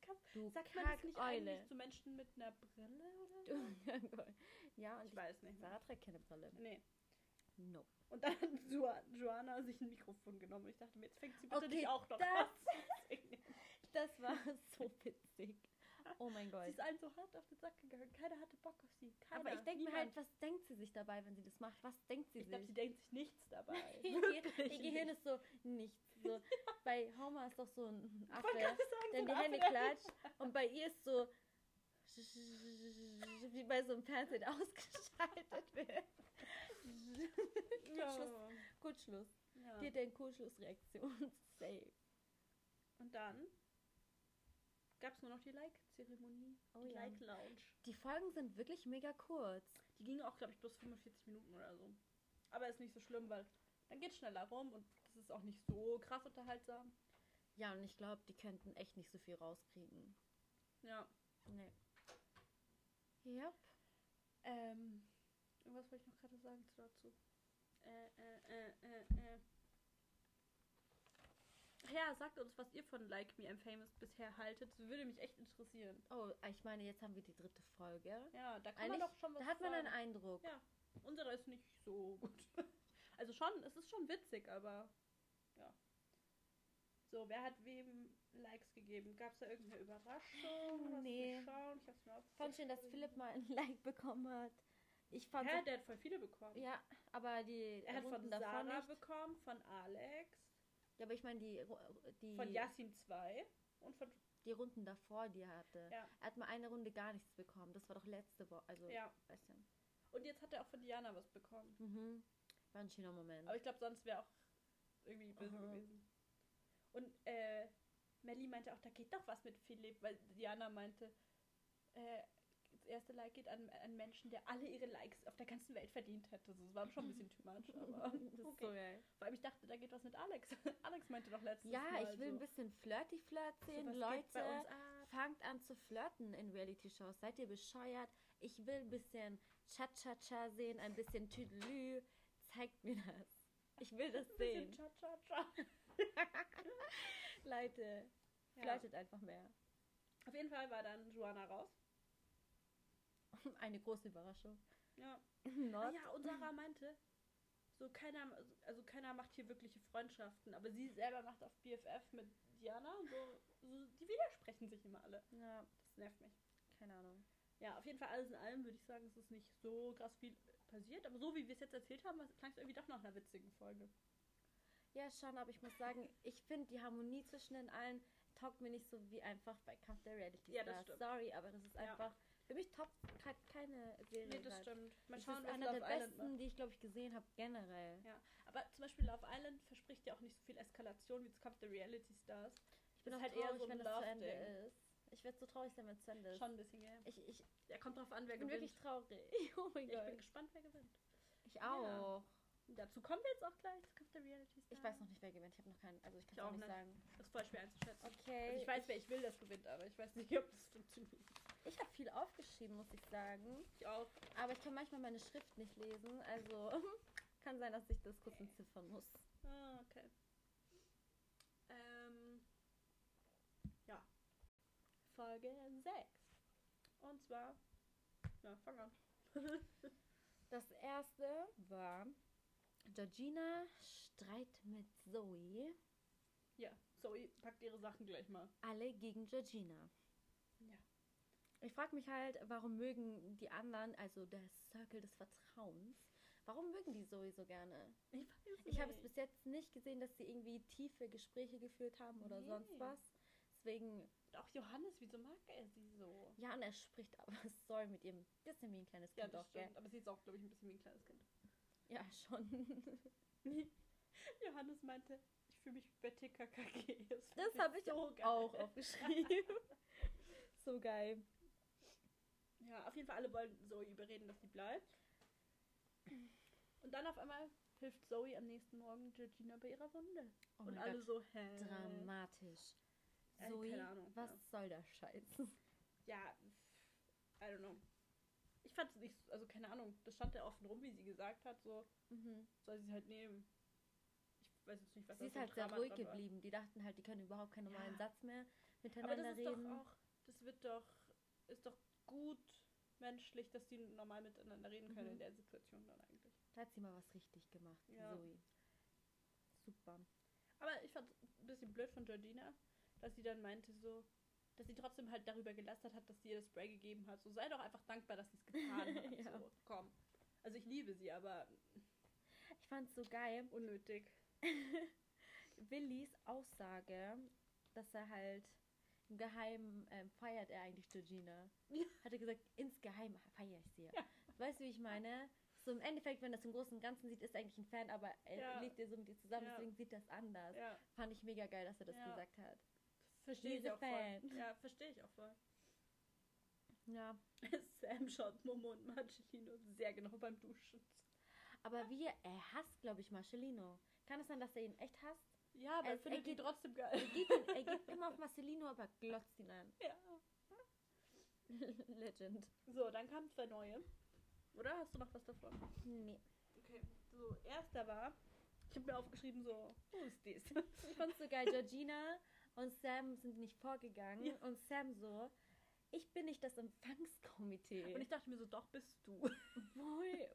A: das kann
B: Du
A: Sagt man das nicht eigentlich
B: Kackeule.
A: zu Menschen mit einer Brille oder so?
B: Du Kackeule. Ja, und
A: Ich
B: ich
A: weiß nicht. Mehr.
B: Sarah trägt keine Brille.
A: Nee.
B: No.
A: Und dann hat Joa- Joanna sich ein Mikrofon genommen. Ich dachte mir, jetzt fängt sie bitte
B: Okay,
A: nicht auch noch
B: das-
A: an zu singen.
B: Das war so witzig. Oh mein
A: Sie
B: Gott.
A: ist einem so hart auf den Sack gegangen. Keiner hatte Bock auf sie. Keiner.
B: Aber ich denke mir halt,
A: Niemand.
B: was denkt sie sich dabei, wenn sie das macht? Was denkt sie
A: ich glaube,
B: sich?
A: sie denkt sich nichts dabei.
B: Ihr Ge-
A: Wirklich
B: Ihr Gehirn
A: nicht.
B: ist so nichts. So. Bei Homer ist doch so ein
A: Ich wollte
B: Affe,
A: gerade sagen,
B: der in
A: so
B: die
A: ein
B: Hände
A: Affe.
B: klatscht. Und bei ihr ist so wie bei so einem Fernsehen ausgeschaltet wird.
A: Ja.
B: Kurzschluss. Die
A: Ja.
B: hat eine Kurzschlussreaktion. Safe.
A: Und dann gab es nur noch die Like-Zeremonie.
B: Oh
A: die
B: ja.
A: Like-Lounge.
B: Die Folgen sind wirklich mega kurz.
A: Die ging auch, glaube ich, bloß 45 Minuten oder so. Aber ist nicht so schlimm, weil dann geht schneller rum und das ist auch nicht so krass unterhaltsam.
B: Ja, und ich glaube, die könnten echt nicht so viel rauskriegen.
A: Ja.
B: Nee. Ja.
A: Ähm, irgendwas wollte ich noch gerade sagen zu- dazu. Äh, äh, äh, äh, äh. Ach Ja, sagt uns, was ihr von Like Me I'm Famous bisher haltet. Das würde mich echt interessieren.
B: Oh, ich meine, ah, jetzt haben wir die dritte Folge.
A: Ja, da kann
B: Eigentlich,
A: man doch schon was
B: da hat man
A: sagen.
B: einen Eindruck.
A: Ja. Unsere ist nicht so gut. Also schon, es ist schon witzig, aber ja. So, wer hat wem Likes gegeben? Gab es da irgendeine Überraschung? Lass
B: Oh, Nee.
A: mich Schauen? Ich hab's mir
B: Ich fand schön, dass Philipp mal ein Like bekommen hat. Ich fand
A: Hä, der hat voll viele bekommen.
B: ja, aber die
A: Er hat von
B: Runden davor
A: Sarah
B: nicht.
A: bekommen, von Alex,
B: Ja, aber ich meine die Ru- die
A: von Yassin 2 und von.
B: die Runden davor, die er hatte.
A: Ja.
B: Er hat mal eine Runde gar nichts bekommen. Das war doch letzte Woche, also
A: Ja.
B: weißt du.
A: Und jetzt hat er auch von Diana was bekommen.
B: Mhm. War ein schöner Moment.
A: Aber ich glaube, sonst wäre auch irgendwie böse
B: Aha.
A: gewesen. Und äh, Melly meinte auch, da geht doch was mit Philipp, weil Diana meinte, äh, das erste Like geht an einen Menschen, der alle ihre Likes auf der ganzen Welt verdient hätte. So, Das war schon ein bisschen too much, aber
B: das ist
A: okay.
B: so geil.
A: Vor allem ich dachte, da geht was mit Alex. Alex meinte doch letztes
B: Ja,
A: Mal
B: ich will
A: so,
B: ein bisschen flirty flirt
A: so,
B: sehen,
A: was geht bei uns
B: Leute.
A: ab?
B: Fangt an zu flirten in Reality-Shows. Seid ihr bescheuert? Ich will ein bisschen Cha-Cha-Cha sehen, ein bisschen Tüdelü. Zeigt mir das. Ich will das
A: Ein bisschen
B: sehen.
A: cha cha cha.
B: Leute,
A: Ja.
B: flirtet einfach mehr.
A: Auf jeden Fall war dann Joanna raus.
B: Eine große Überraschung.
A: Ja. Ah
B: Not.
A: ja, und Sarah meinte, so keiner, also keiner macht hier wirkliche Freundschaften, aber sie selber macht auf BFF mit Diana und so, so die widersprechen sich immer alle.
B: Ja,
A: Das nervt mich.
B: keine Ahnung.
A: Ja, auf jeden Fall alles in allem würde ich sagen, es ist nicht so krass viel passiert, aber so wie wir es jetzt erzählt haben, klang es irgendwie doch nach einer witzigen Folge.
B: Ja, schon, aber ich muss sagen, ich finde die Harmonie zwischen den allen taugt mir nicht so wie einfach bei Kampf der Reality
A: Ja, das
B: Stars.
A: stimmt.
B: Sorry, aber das ist
A: Ja.
B: einfach für mich top hat keine Serie. gerade.
A: stimmt. Mal
B: Das
A: schauen,
B: ist
A: was
B: einer
A: Love
B: der
A: Island
B: besten,
A: macht.
B: die ich glaube ich gesehen habe generell.
A: Ja. Aber zum Beispiel Love Island verspricht ja auch nicht so viel Eskalation wie es kommt der Reality Stars.
B: Ich bin
A: Das
B: auch
A: ist halt eher
B: traurig,
A: so ein
B: wenn das zu Ende
A: Love-Ding.
B: ist. Ich werde so traurig sein, wenn es zu Ende ist.
A: Schon ein bisschen, ja.
B: Ich, ich,
A: Ja, kommt drauf an, wer
B: ich bin
A: gewinnt.
B: wirklich traurig. Oh mein
A: ich bin
B: Gott.
A: gespannt, wer gewinnt.
B: Ich auch.
A: Dazu kommen wir jetzt auch gleich. Es kommt der Reality Star.
B: Ich weiß noch nicht, wer gewinnt. Ich habe noch keinen. Also ich kann
A: Ich
B: es auch
A: auch
B: nicht
A: nicht.
B: sagen.
A: Das ist voll schwer einzuschätzen.
B: Okay.
A: Also ich weiß, wer ich will, das gewinnt, aber ich weiß nicht, ob das funktioniert.
B: ich habe viel aufgeschrieben, muss ich sagen.
A: Ich auch.
B: Aber ich kann manchmal meine Schrift nicht lesen. Also kann sein, dass ich das kurz entziffern muss.
A: Ah, okay. Ähm, ja. Folge 6. Und zwar. Ja, fang an.
B: Das erste war Georgina Streit mit Zoe.
A: Ja, Zoe packt ihre Sachen gleich mal.
B: Alle gegen Georgina.
A: Ja.
B: Ich frage mich halt, warum mögen die anderen, also der Circle des Vertrauens, warum mögen die Zoe so gerne?
A: Ich weiß
B: Ich habe es bis jetzt nicht gesehen, dass sie irgendwie tiefe Gespräche geführt haben oder
A: Nee.
B: sonst was. Deswegen,
A: Auch Johannes, wieso mag er sie so?
B: ja, und er spricht aber soll mit ihrem bisschen wie ein kleines
A: Ja,
B: Kind
A: das
B: auch, gell?
A: stimmt. Aber sie ist auch, glaube ich, ein bisschen wie ein kleines Kind.
B: Ja, schon.
A: Johannes meinte, ich fühle mich bei TKKG.
B: Das habe ich auch, auch aufgeschrieben. so geil.
A: Ja, auf jeden Fall alle wollen Zoe überreden, dass sie bleibt. Und dann auf einmal hilft Zoe am nächsten Morgen Georgina bei ihrer Wunde.
B: Oh
A: und
B: mein
A: alle
B: Gott.
A: so, hä?
B: Dramatisch.
A: Äh,
B: Zoe,
A: keine Ahnung,
B: was
A: ja.
B: soll der Scheiß?
A: Ja, I don't know. Ich fand es nicht, also keine Ahnung, das stand ja offen rum, wie sie gesagt hat, so
B: Mhm.
A: soll sie es halt nehmen. Ich weiß jetzt nicht, was das
B: Sie ist
A: für ein
B: halt sehr
A: Drama
B: ruhig
A: dran war.
B: geblieben. Die dachten halt, die können überhaupt keinen normalen
A: Ja.
B: Satz mehr
A: Aber
B: miteinander
A: das ist
B: reden.
A: doch auch, das wird doch, ist doch gut menschlich, dass die normal miteinander reden können
B: Mhm.
A: in der Situation dann eigentlich.
B: Da hat sie mal was richtig gemacht,
A: Ja.
B: Zoe. Super.
A: Aber ich fand ein bisschen blöd von Georgina, dass sie dann meinte so, dass sie trotzdem halt darüber gelästert hat, dass sie ihr das Spray gegeben hat. So sei doch einfach dankbar, dass sie es getan hat.
B: Ja.
A: So, komm. Also ich liebe sie, aber
B: Ich fand's so geil.
A: unnötig.
B: Willis Aussage, dass er halt im Geheimen ähm, feiert er eigentlich Georgina.
A: Ja.
B: Hat er gesagt, insgeheim feiere ich sie.
A: Ja.
B: Weißt du, wie ich meine? So im Endeffekt, wenn das im Großen und Ganzen sieht, ist er eigentlich ein Fan, aber er
A: Ja.
B: lebt ja so mit ihr zusammen,
A: Ja.
B: deswegen sieht das anders.
A: Ja,
B: Fand ich mega geil, dass er das
A: Ja.
B: gesagt hat.
A: Also, verstehe ich
B: Diese
A: auch
B: Fan.
A: voll. Ja, verstehe ich auch voll.
B: Ja.
A: Sam schaut Momo und Marcelino sehr genau beim Duschen.
B: Aber wie, er hasst, glaube ich, Marcelino. Kann es sein, dass er ihn echt hasst?
A: Ja, aber
B: Er-
A: er findet
B: er
A: die
B: geht-
A: trotzdem
B: Er
A: geil.
B: geht, ihn, er geht immer auf Marcelino, aber glotzt ihn an.
A: Ja.
B: Legend.
A: So, dann kamen zwei neue. Oder hast du noch was davon?
B: Nee.
A: Okay. So, erster war, ich habe mir aufgeschrieben so, wo ist dies?
B: Ich fand's so geil. Georgina und Sam sind nicht vorgegangen.
A: Ja.
B: Und Sam so, Ich bin nicht das Empfangskomitee.
A: Und ich dachte mir so, doch bist du.
B: Boy,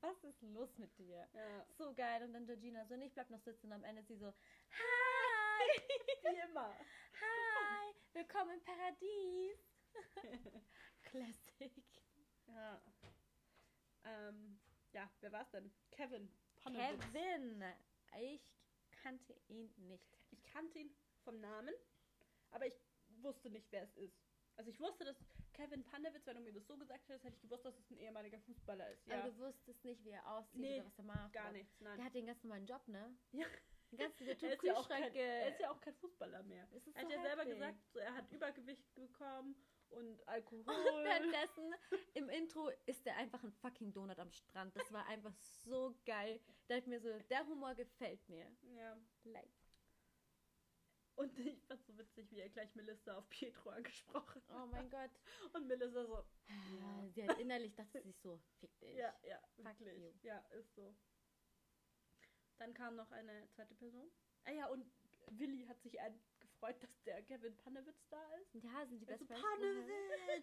B: was ist los mit dir?
A: Ja.
B: So geil. Und dann Georgina so, nee, ich bleib noch sitzen. Und am Ende sie so, hi,
A: Wie immer.
B: hi, willkommen im Paradies. Classic.
A: Ja. Ähm, ja, wer war's denn? Kevin. Pannewitz.
B: Kevin. Ich kannte ihn nicht.
A: Ich kannte ihn vom Namen, aber ich wusste nicht, wer es ist. Also ich wusste, dass Kevin Pandewitz, wenn du mir das so gesagt hättest, hätte ich gewusst, dass es ein ehemaliger Fußballer ist. Ja,
B: Aber du wusstest nicht, wie er aussieht
A: Nee,
B: oder was er macht.
A: gar
B: oder-
A: nichts, nein.
B: Der hat den ganz normalen Job, ne?
A: Ja.
B: Den ganzen der
A: Er ist,
B: Typ
A: ja auch kein,
B: Kühlschrank,
A: er
B: äh,
A: ist ja auch kein Fußballer mehr.
B: es ist
A: Er hat
B: so
A: ja selber
B: heftig.
A: gesagt, so, er hat Übergewicht bekommen und Alkohol.
B: Und währenddessen im Intro ist er einfach ein fucking Donut am Strand. Das war einfach so geil. Da hat mir so, der Humor gefällt mir.
A: ja.
B: Like.
A: Und ich fand so witzig, wie er gleich Melissa auf Pietro angesprochen hat.
B: Oh mein Gott.
A: Und Melissa so,
B: Ah, Sie hat innerlich dachte sich so, fick dich.
A: ja, ja,
B: Fuck
A: wirklich.
B: you.
A: Ja, ist so. Dann kam noch eine zweite Person. Ah ja, und Willi hat sich ein- gefreut, dass der Kevin Pannewitz da ist.
B: Ja, sind die
A: Also
B: Best Friends. woher?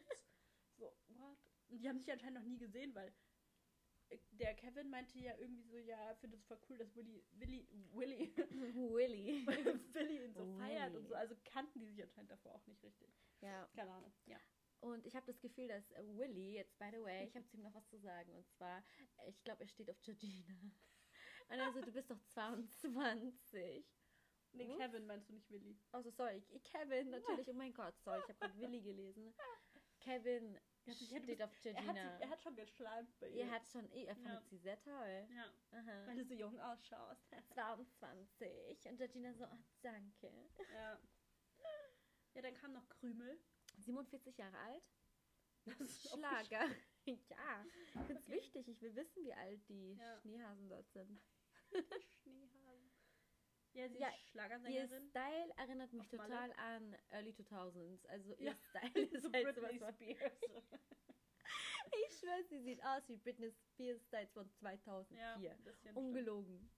A: So, what? Und die haben sich anscheinend noch nie gesehen, weil äh, der Kevin meinte ja irgendwie so, ja, finde es voll cool, dass Willi, Willi, Willi,
B: Willy.
A: Willi ihn so feiert und
B: Willi.
A: so. Also kannten die sich anscheinend davor auch nicht richtig.
B: Ja.
A: Keine Ahnung. Ja.
B: Und ich habe das Gefühl, dass äh, Willy, jetzt by the way, ich habe zu ihm noch was zu sagen. Und zwar, äh, ich glaube, er steht auf Georgina. Und also, du bist doch 22.
A: Nee,
B: Ups.
A: Kevin meinst du nicht Willi.
B: Also, sorry, Kevin, natürlich. Oh mein Gott, sorry, ich habe gerade Willy gelesen. Kevin
A: Ja, ich hätte
B: steht auf
A: Er hat,
B: Georgina.
A: sich, er hat schon geschleimt bei ihr.
B: Ihr hat schon, eh, er fandet sie sehr toll.
A: ja,
B: Aha.
A: weil du so jung ausschaust.
B: 22. Und Georgina so, oh, danke.
A: ja. Ja, dann kam noch Krümel.
B: 47 Jahre alt.
A: Das ist aufgeschrieben.
B: Schlager.
A: Oh,
B: ja, ich finde es
A: Okay.
B: wichtig. Ich will wissen, wie alt die
A: Ja.
B: Schneehasen dort sind.
A: Schneehasen. Ja, sie
B: Ja,
A: ist
B: Ihr
A: Schlagersängerin.
B: Style erinnert mich
A: Auf Malle.
B: total an Early 2000s. Also ihr
A: Ja,
B: Style ist
A: so
B: halt
A: Britney
B: sowas von,
A: Spears.
B: Ich schwöre, sie sieht aus wie Britney Spears Style von 2004.
A: ja, ein bisschen.
B: Ungelogen.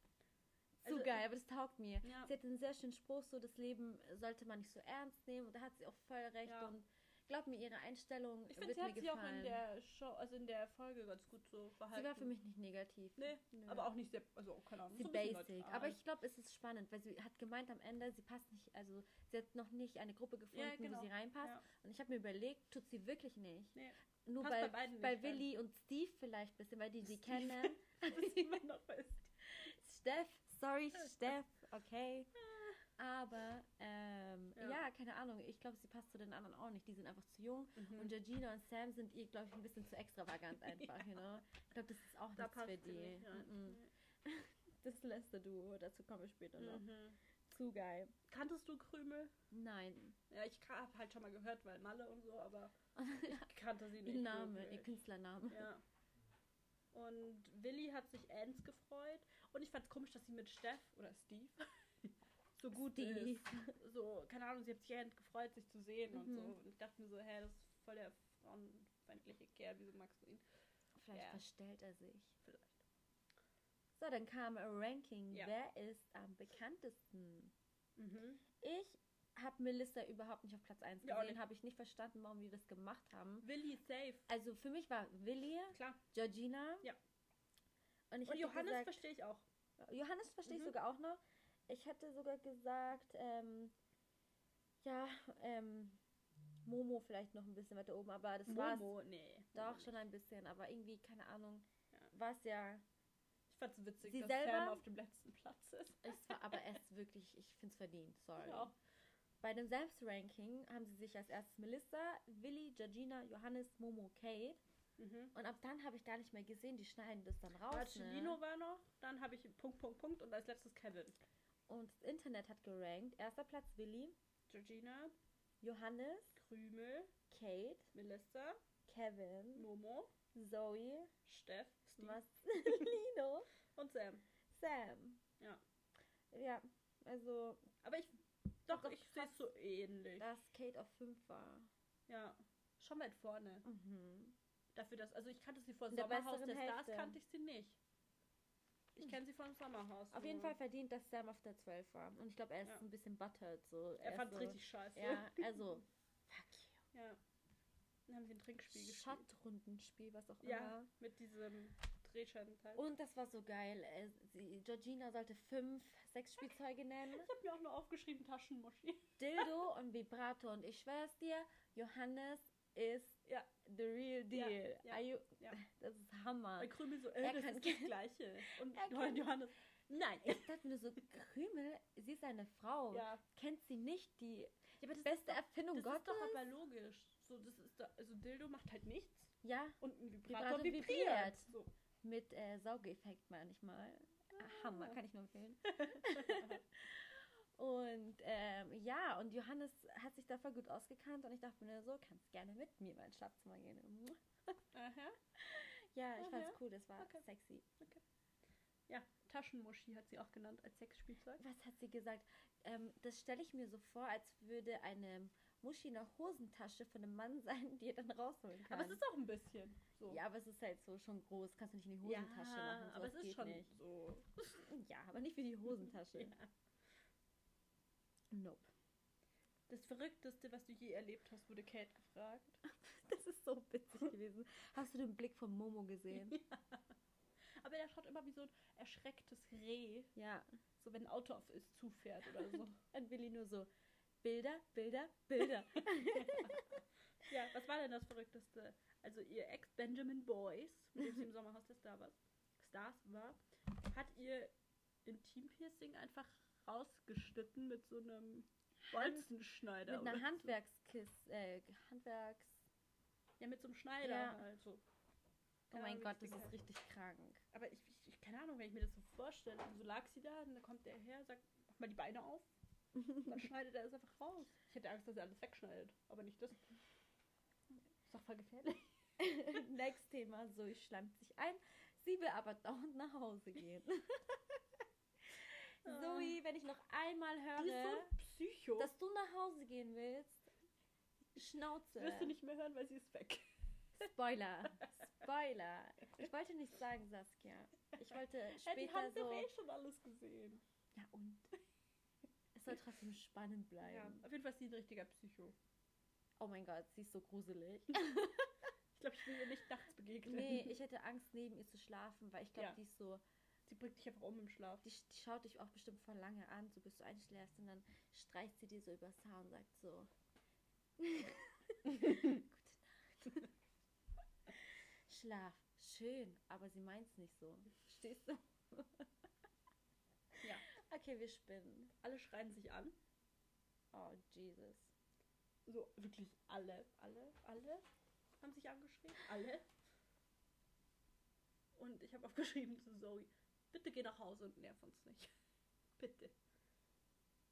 B: So
A: Also,
B: geil, aber das taugt mir.
A: Ja.
B: Sie hat einen sehr schönen Spruch, so das Leben sollte man nicht so ernst nehmen. Und da hat sie auch voll recht.
A: Ja.
B: Und glaub mir, ihre Einstellung
A: Ich finde,
B: wird
A: sie
B: mir
A: hat sich auch in
B: gefallen.
A: der Show, also in der Folge ganz gut so verhalten.
B: sie war für mich nicht negativ.
A: Nee,
B: Nö.
A: aber auch nicht sehr, also keine Ahnung.
B: Sie
A: so ein bisschen
B: basic.
A: neutral.
B: Aber ich glaube, es ist spannend, weil sie hat gemeint am Ende, sie passt nicht, also sie hat noch nicht eine Gruppe gefunden,
A: genau.
B: wo sie reinpasst.
A: Ja.
B: Und ich habe mir überlegt, tut sie wirklich nicht.
A: Nee.
B: Nur
A: Passt
B: bei, bei,
A: beiden nicht rein.
B: Willi und Steve vielleicht ein bisschen, weil die sie
A: Steve.
B: kennen.
A: Das ist immer noch bei
B: Steff, sorry, Steff, okay. Aber, ähm,
A: Ah. Ja.
B: ja. keine Ahnung, ich glaube, sie passt zu den anderen auch nicht. Die sind einfach zu jung.
A: mhm.
B: Und Georgina und Sam sind ihr, glaube ich, ein bisschen zu extravagant einfach, you know? Ich glaube, das ist auch
A: da
B: nichts
A: passt
B: für
A: sie
B: die.
A: nicht rein.
B: Mhm. Das letzte Duo, dazu kommen wir später
A: Nee.
B: noch.
A: Mhm.
B: Zu geil.
A: Kanntest du Krümel?
B: Nein.
A: Ja, ich habe halt schon mal gehört, weil Malle und so, aber ich kannte sie nicht.
B: Ihr Name, ihr
A: wirklich.
B: Künstlername.
A: Ja. Und Willi hat sich Ans gefreut. Und ich fand es komisch, dass sie mit Steff oder Steve so gut
B: Steve.
A: ist. So, keine Ahnung, sie hat sich Ans gefreut, sich zu sehen und
B: Mhm.
A: so. Und ich dachte mir so, hä, das ist voll der frauenfeindliche Kerl, wieso magst du ihn?
B: Vielleicht
A: Ja.
B: verstellt er sich.
A: Vielleicht.
B: So, dann kam ein Ranking.
A: Ja.
B: Wer ist am bekanntesten?
A: Mhm.
B: Ich habe Melissa überhaupt nicht auf Platz 1
A: Ja, auch
B: gesehen,
A: nicht.
B: habe ich nicht verstanden, warum die das gemacht haben.
A: Willi safe,
B: Also für mich war Willi,
A: klar.
B: Georgina.
A: Ja.
B: Und, ich
A: und
B: hätte
A: Johannes
B: gesagt,
A: verstehe ich auch.
B: Johannes verstehe ich
A: Mhm.
B: sogar auch noch. Ich hätte sogar gesagt, ähm, ja, ähm, Momo vielleicht noch ein bisschen weiter oben, aber das war's.
A: Momo, nee.
B: Doch,
A: Momo
B: schon ein bisschen, aber irgendwie, keine Ahnung,
A: Ja.
B: war es ja.
A: nicht. Ich fand es witzig,
B: Sie
A: dass
B: selber?
A: Sam auf dem letzten Platz ist.
B: Es war aber erst wirklich, ich finde es verdient, sorry.
A: Ja.
B: Bei dem Selbstranking haben sie sich als erstes Melissa, Willi, Georgina, Johannes, Momo, Kate.
A: Mhm.
B: Und ab dann habe ich gar nicht mehr gesehen, die schneiden das dann raus.
A: Marcelino
B: Ne?
A: war noch, dann habe ich Punkt, Punkt, Punkt und als letztes Kevin.
B: Und das Internet hat gerankt. Erster Platz Willi,
A: Georgina,
B: Johannes,
A: Krümel,
B: Kate,
A: Melissa,
B: Kevin,
A: Momo,
B: Zoe,
A: Steff, Steve
B: Marcelino,
A: und Sam.
B: Sam.
A: Ja.
B: Ja, also,
A: Aber ich, doch,
B: Doch,
A: ich sehe es so ähnlich.
B: dass Kate auf 5 war.
A: Ja, schon weit vorne.
B: Mhm.
A: Dafür, dass, also ich kannte sie vor
B: In der
A: Sommerhaus der
B: besseren
A: Stars,
B: Hälfte. Hm.
A: kannte ich sie nicht. Ich kenne sie von Sommerhaus.
B: Auf
A: nur.
B: jeden Fall verdient, dass Sam auf der 12 war. Und ich glaube, er ist
A: Ja.
B: ein bisschen buttered. So.
A: Er
B: ist
A: fand es
B: so,
A: richtig scheiße.
B: Ja, also, fuck you.
A: Ja. Dann haben wir ein Trinkspiel gespielt.
B: Schattrundenspiel, was auch
A: Ja.
B: immer.
A: Mit diesem Drehscheibenteil.
B: Und das war so geil. Äh, sie, Georgina sollte fünf Sexspielzeuge nennen.
A: ich habe mir auch nur aufgeschrieben Taschenmuschi.
B: Dildo und Vibrator. Und ich schwör's dir, Johannes ist
A: Ja.
B: the real
A: Ja,
B: deal.
A: ja,
B: Are you,
A: ja.
B: Das ist Hammer.
A: Bei Krümel so,
B: Er
A: äh, das
B: kann-
A: ist das Gleiche. Und
B: Er kann-
A: Johann Johannes,
B: Nein, ich dachte mir so, Krümel, sie ist eine Frau.
A: ja.
B: Kennt sie nicht die
A: aber das
B: beste
A: ist doch,
B: Erfindung
A: das ist
B: Gottes?
A: doch aber logisch. So, das ist doch, also Dildo macht halt nichts
B: Ja,
A: und ein Vibrator,
B: Vibrator
A: vibriert.
B: vibriert.
A: So.
B: mit äh, Saugeeffekt manchmal. Ah. Hammer, kann ich nur empfehlen. und ähm, ja, und Johannes hat sich da voll gut ausgekannt und ich dachte mir nur so, kannst gerne mit mir mal ins Schlafzimmer gehen. Mua.
A: Aha.
B: Ja, ich
A: Aha.
B: fand's cool, das war
A: Okay.
B: sexy.
A: Ja, Taschenmuschi hat sie auch genannt als Sexspielzeug.
B: Was hat sie gesagt? Ähm, das stelle ich mir so vor, als würde eine Muschi in der Hosentasche von einem Mann sein, die er dann rausholen kann.
A: Aber es ist auch ein bisschen so.
B: Ja, aber es ist halt so schon groß, kannst du nicht in die
A: Ja,
B: Hosentasche machen.
A: aber
B: sowas
A: es ist
B: geht
A: schon
B: nicht.
A: so.
B: Ja, aber nicht für die Hosentasche.
A: Ja.
B: Nope.
A: Das Verrückteste, was du je erlebt hast, wurde Kate gefragt.
B: Das ist so witzig gewesen. Hast du den Blick von Momo gesehen?
A: Aber er schaut immer wie so ein erschrecktes Reh,
B: ja.
A: so wenn ein Auto auf es zufährt oder so.
B: Und Willi nur so, Bilder, Bilder, Bilder.
A: ja, was war denn das Verrückteste? Also ihr Ex Benjamin Boyce, mit dem sie im Sommerhaus der Star war, Stars war, hat ihr Intimpiercing einfach rausgeschnitten mit so einem
B: Mit
A: Bolzenschneider.
B: einer
A: oder
B: Handwerkskiss, äh, Handwerks...
A: So. Ja, mit so einem Schneider
B: Ja.
A: halt so.
B: Oh
A: Keine
B: mein
A: Ahnung, wie
B: Gott, das
A: Ding
B: ist
A: heißt.
B: richtig krank.
A: Aber ich, ich, ich, keine Ahnung, wenn ich mir das so vorstelle. Und so lag sie da, und dann kommt der her, sagt, mach mal die Beine auf. Und dann schneidet er es einfach raus. Ich hätte Angst, dass er alles wegschneidet, aber nicht das. Ist doch voll gefährlich.
B: Next Thema, Zoe schlammt sich ein. Sie will aber dauernd nach Hause gehen. Zoe, wenn ich noch einmal höre,
A: die ist so ein Psycho.
B: dass du nach Hause gehen willst, Schnauze.
A: Das wirst du nicht mehr hören, weil sie ist weg.
B: Spoiler. Spoiler. Ich wollte nicht sagen, Saskia. Ich wollte
A: Ja, Halt die
B: später
A: haben
B: so.
A: doch eh schon alles gesehen.
B: Ja, und? Es soll trotzdem spannend
A: Ja,
B: bleiben.
A: auf jeden Fall ist sie ein richtiger Psycho.
B: Oh mein Gott, sie ist so gruselig.
A: Ich glaube, ich will ihr nicht nachts begegnen.
B: nee, ich hätte Angst, neben ihr zu schlafen, weil ich glaube,
A: Ja.
B: die ist so.
A: sie bringt dich einfach um im Schlaf.
B: Die, die schaut dich auch bestimmt voll lange an, so bis du einschläfst und dann streicht sie dir so übers Haar und sagt so. Gute Nacht. Schlaf. Schön, aber sie meint's nicht so. Stehst du?
A: Ja.
B: Okay, wir spinnen.
A: Alle schreien sich an.
B: Oh, Jesus.
A: So, wirklich alle. Alle? Alle haben sich angeschrien. Alle. Und ich habe aufgeschrieben zu Zoe, bitte geh nach Hause und nerv uns nicht. Bitte.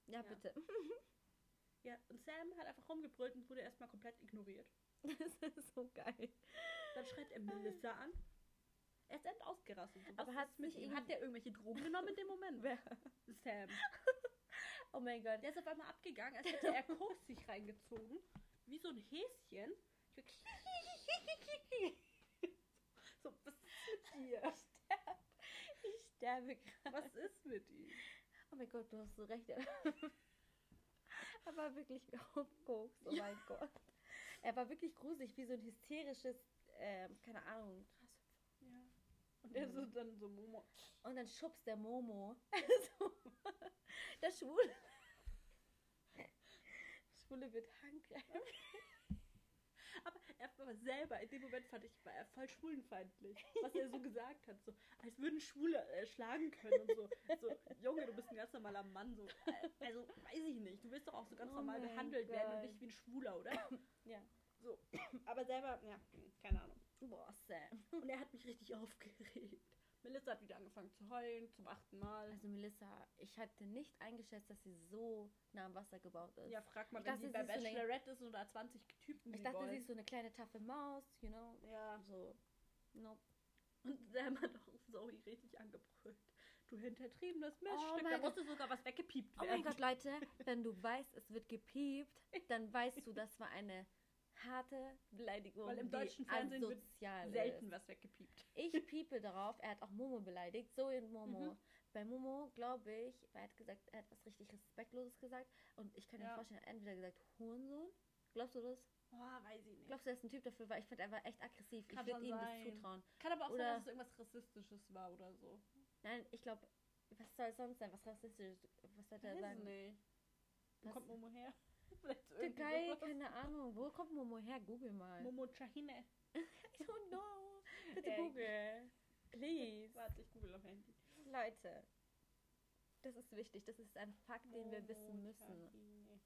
B: Ja,
A: Ja.
B: bitte.
A: Ja, und Sam hat einfach rumgebrüllt und wurde erstmal komplett ignoriert.
B: Das ist so geil.
A: Dann schreit er Melissa an. Er ist end ausgerastet. So,
B: Aber
A: was
B: hat's
A: ist mit
B: nicht
A: ihm?
B: irgendwie-
A: Hat der irgendwelche Drogen genommen in dem Moment?
B: Wer?
A: Sam.
B: Oh mein Gott.
A: Der ist auf einmal abgegangen, als hätte er Koks sich reingezogen. Wie so ein Häschen. Ich war so, was ist mit dir?
B: Ich sterbe gerade.
A: Was ist mit ihm?
B: Oh mein Gott, du hast so recht. Er war wirklich auf Koks. Oh mein Gott. Er war wirklich gruselig, wie so ein hysterisches, ähm, keine Ahnung.
A: Ja. Und er so dann so Momo.
B: Und dann schubst der Momo. so. Der Schwule. Schwule wird handgreiflich.
A: Aber er war selber, in dem Moment fand ich, war er voll schwulenfeindlich. Was er so gesagt hat, so, als würden Schwule äh, schlagen können und so. So, Junge, du bist ein ganz normaler Mann. So, äh, also, weiß ich nicht. Du willst doch auch so ganz
B: Oh
A: normal
B: mein
A: behandelt werden und
B: Gott.
A: nicht wie ein Schwuler, oder?
B: Ja.
A: So, aber selber, ja, keine Ahnung.
B: Boah, Sam.
A: Und er hat mich richtig aufgeregt. Melissa hat wieder angefangen zu heulen, zum achten Mal.
B: Also Melissa, ich hatte nicht eingeschätzt, dass sie so nah am Wasser gebaut ist.
A: Ja, frag mal,
B: Ich
A: wenn Also,
B: dachte,
A: sie bei
B: sie ist so eine-
A: Bachelorette ist und da 20 Typen
B: ich
A: sie
B: dachte,
A: wollen.
B: sie ist so eine kleine taffe Maus, you know.
A: Ja.
B: So. Nope.
A: Und Sam hat auch Zoe richtig angebrüllt. Du hintertriebenes Miststück, da
B: mein
A: musste sogar was weggepiept
B: Oh
A: werden.
B: mein Gott, Leute, wenn du weißt, es wird gepiept, dann weißt du, das war eine harte Beleidigung.
A: Weil im deutschen Fernsehen wird
B: asozial
A: Selten
B: ist.
A: was weggepiept.
B: Ich piepe darauf, er hat auch Momo beleidigt, Zoe und Momo.
A: Mhm.
B: Bei Momo, glaube ich, er hat gesagt, er hat was richtig Respektloses gesagt. Und ich kann mir
A: Ja.
B: vorstellen, er hat entweder gesagt Hurensohn Glaubst du das?
A: Boah, weiß ich nicht.
B: Glaubst du, er ist ein Typ dafür? Weil ich finde, er war echt aggressiv.
A: Kann
B: ich würde
A: schon
B: ihm
A: sein.
B: das zutrauen.
A: Kann aber auch
B: Oder-
A: sein, dass es irgendwas Rassistisches war oder so.
B: Nein, ich glaube, was soll es sonst sein? Was rassistisch? Was soll er
A: Weiß
B: sagen?
A: nicht. Wo
B: Was-
A: kommt Momo her? Vielleicht irgendwie
B: Türkei,
A: sowas.
B: keine Ahnung. Wo kommt Momo her? Google mal.
A: Momo Chahine.
B: I don't know.
A: Oh
B: Bitte
A: Bitte
B: Google.
A: Google.
B: Please.
A: Warte, ich google auf Handy.
B: Leute. Das ist wichtig. Das ist ein Fakt, den wir wissen müssen.
A: Chahine.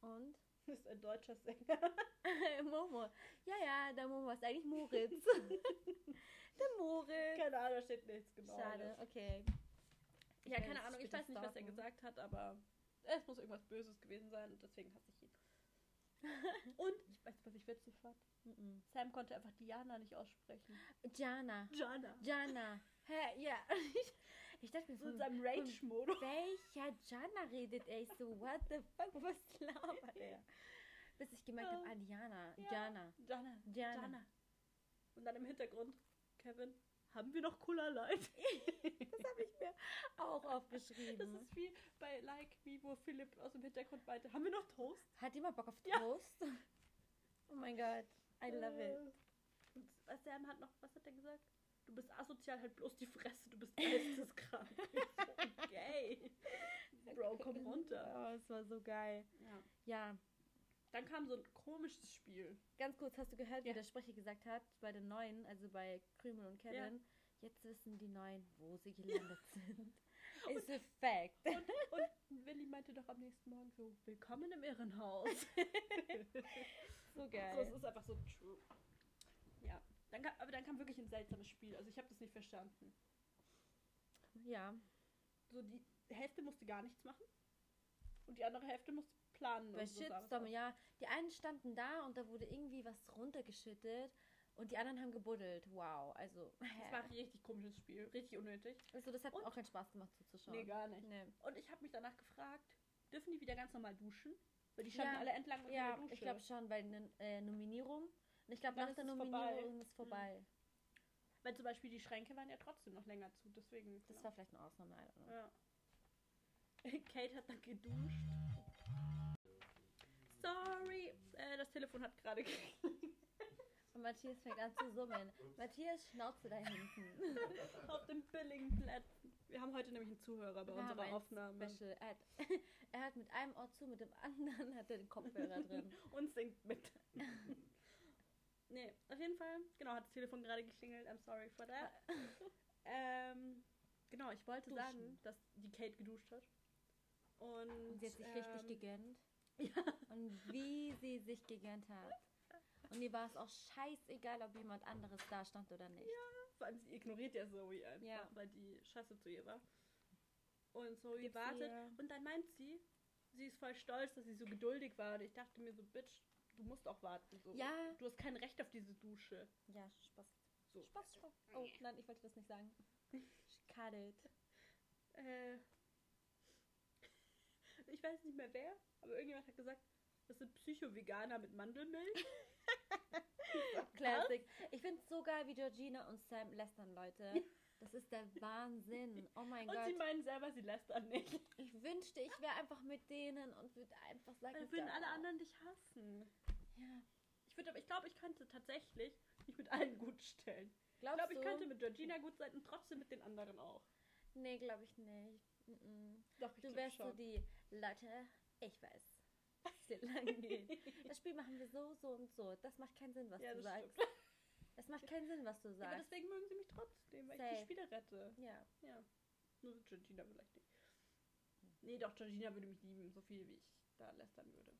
B: Und?
A: Das ist ein deutscher Sänger.
B: Momo. Ja, ja, der Momo ist eigentlich Moritz. der Moritz.
A: Keine Ahnung, da steht nichts genau.
B: Schade, okay.
A: Ja,
B: werde
A: keine
B: es
A: Ahnung, ich
B: später
A: weiß nicht, was er
B: stalken.
A: gesagt hat, aber es muss irgendwas Böses gewesen sein und deswegen hasse ich ihn. und ich weiß, was ich witzig fand.
B: Mhm.
A: Sam konnte einfach Diana nicht aussprechen.
B: Jana.
A: Jana.
B: Jana. Hä, ja. Ich dachte mir
A: So in
B: so,
A: seinem Rage-Modus.
B: welcher Jana redet ey so, what the fuck, was labert er? Bis ich gemerkt habe,
A: Ja.
B: ah, Diana,
A: Ja.
B: Jana,
A: Jana.
B: Jana.
A: Jana. Und dann im Hintergrund, Kevin, haben wir noch Cola Light?
B: Das habe ich mir auch
A: Das
B: aufgeschrieben.
A: ist wie bei Like Me, wo Philipp aus dem Hintergrund meinte, haben wir noch Toast?
B: Hat jemand Bock auf
A: Ja.
B: Toast? Oh mein Gott, I love it.
A: Äh, Und Sam hat noch, was hat er gesagt? Du bist asozial, halt bloß die Fresse, du bist geisteskrank. okay. Bro, komm runter.
B: Oh, es war so geil. Ja,
A: Dann kam so ein komisches Spiel.
B: ganz kurz, hast du gehört, wie
A: Ja.
B: der Sprecher gesagt hat, bei den Neuen, also bei Krümel und Kevin, jetzt wissen die Neuen, wo sie gelandet sind. Ist a fact.
A: Und Willi meinte doch am nächsten Morgen so, willkommen im Irrenhaus.
B: So
A: So, Also, es ist einfach so true. Ja. Dann kam, aber dann kam wirklich ein seltsames Spiel. Also ich habe das nicht verstanden.
B: Ja,
A: So die Hälfte musste gar nichts machen. Und die andere Hälfte musste planen.
B: bei
A: und so sah das
B: Shitstorm,
A: aus.
B: ja. Die einen standen da und da wurde irgendwie was runtergeschüttet und die anderen haben gebuddelt. Wow, also.
A: Das war ein richtig komisches Spiel. Richtig unnötig.
B: Also das hat
A: Und-
B: auch keinen Spaß gemacht so zuzuschauen.
A: Nee, gar nicht.
B: Nee.
A: Und ich habe mich danach gefragt, dürfen die wieder ganz normal duschen? Weil die standen
B: Ja.
A: alle entlang unter
B: Ja,
A: der Dusche.
B: ich glaube schon bei der äh, Nominierung. Und ich glaube,
A: Dann
B: nach
A: ist
B: der
A: es vorbei.
B: Nominierung ist vorbei.
A: Weil zum Beispiel die Schränke waren ja trotzdem noch länger zu. Deswegen.
B: Das
A: ja.
B: war vielleicht eine Ausnahme. I don't know.
A: Ja. Kate hat dann geduscht. Sorry, äh, das Telefon hat gerade geklingelt.
B: Und Matthias fängt an zu summen. Matthias, Schnauze da hinten.
A: auf dem Billigenplätzen. Wir haben heute nämlich einen Zuhörer bei
B: Wir haben
A: unserer
B: einen
A: Aufnahme
B: Special. Er hat, er hat mit einem Ohr zu, mit dem anderen hat er den Kopfhörer drin.
A: und singt mit. nee, auf jeden Fall. Genau, hat das Telefon gerade geklingelt. I'm sorry for that. ähm, genau, ich wollte
B: Duschen.
A: sagen, dass die Kate geduscht hat. Und,
B: Und sie hat sich richtig
A: ähm,
B: gegönnt.
A: ja.
B: Und wie sie sich gegönnt hat. Und ihr war es auch scheißegal, ob jemand anderes da stand oder nicht.
A: Vor allem, sie ignoriert ja Zoe einfach,
B: Ja.
A: weil die scheiße zu ihr war. Und Zoe
B: Gib's
A: wartet
B: ihr.
A: und dann meint sie, sie ist voll stolz, dass sie so geduldig war. Und ich dachte mir so, Bitch, du musst auch warten. So.
B: Ja.
A: Du hast kein Recht auf diese Dusche.
B: Ja, Spaß.
A: So.
B: Spaß, Spaß. Oh, nein, ich wollte das nicht sagen. Cut it.
A: Äh, ich weiß nicht mehr wer, aber irgendjemand hat gesagt, das sind Psycho-Veganer mit Mandelmilch.
B: Classic. Ich finde es so geil, wie Georgina und Sam lästern, Leute. Das ist der Wahnsinn. Oh mein
A: Und sie
B: Gott. Äh,
A: meinen selber, sie lästern nicht.
B: Ich wünschte, ich wäre einfach mit denen und würde einfach sagen,
A: Dann würden
B: "Girl."
A: alle anderen dich hassen.
B: Ja.
A: Ich würde aber, ich glaube, ich könnte tatsächlich mich mit allen gut stellen. Ich
B: Glaubst
A: glaube, ich
B: du?
A: könnte mit Georgina gut sein und trotzdem mit den anderen auch.
B: Nee, glaube ich nicht. Mhm.
A: Doch, ich
B: Du
A: glaub
B: wärst so
A: schon.
B: die Leute, ich weiß, was dir lang geht. Das Spiel machen wir so, so und so. Das macht keinen Sinn, was
A: ja,
B: du
A: das
B: sagst.
A: stimmt.
B: Das macht keinen Sinn, was du
A: Ja, Aber
B: sagst.
A: deswegen mögen sie mich trotzdem, weil ich
B: Safe.
A: die Spiele rette.
B: Ja.
A: Ja. Nur Georgina vielleicht nicht. Nee, doch, Georgina würde mich lieben, so viel wie ich da lästern würde.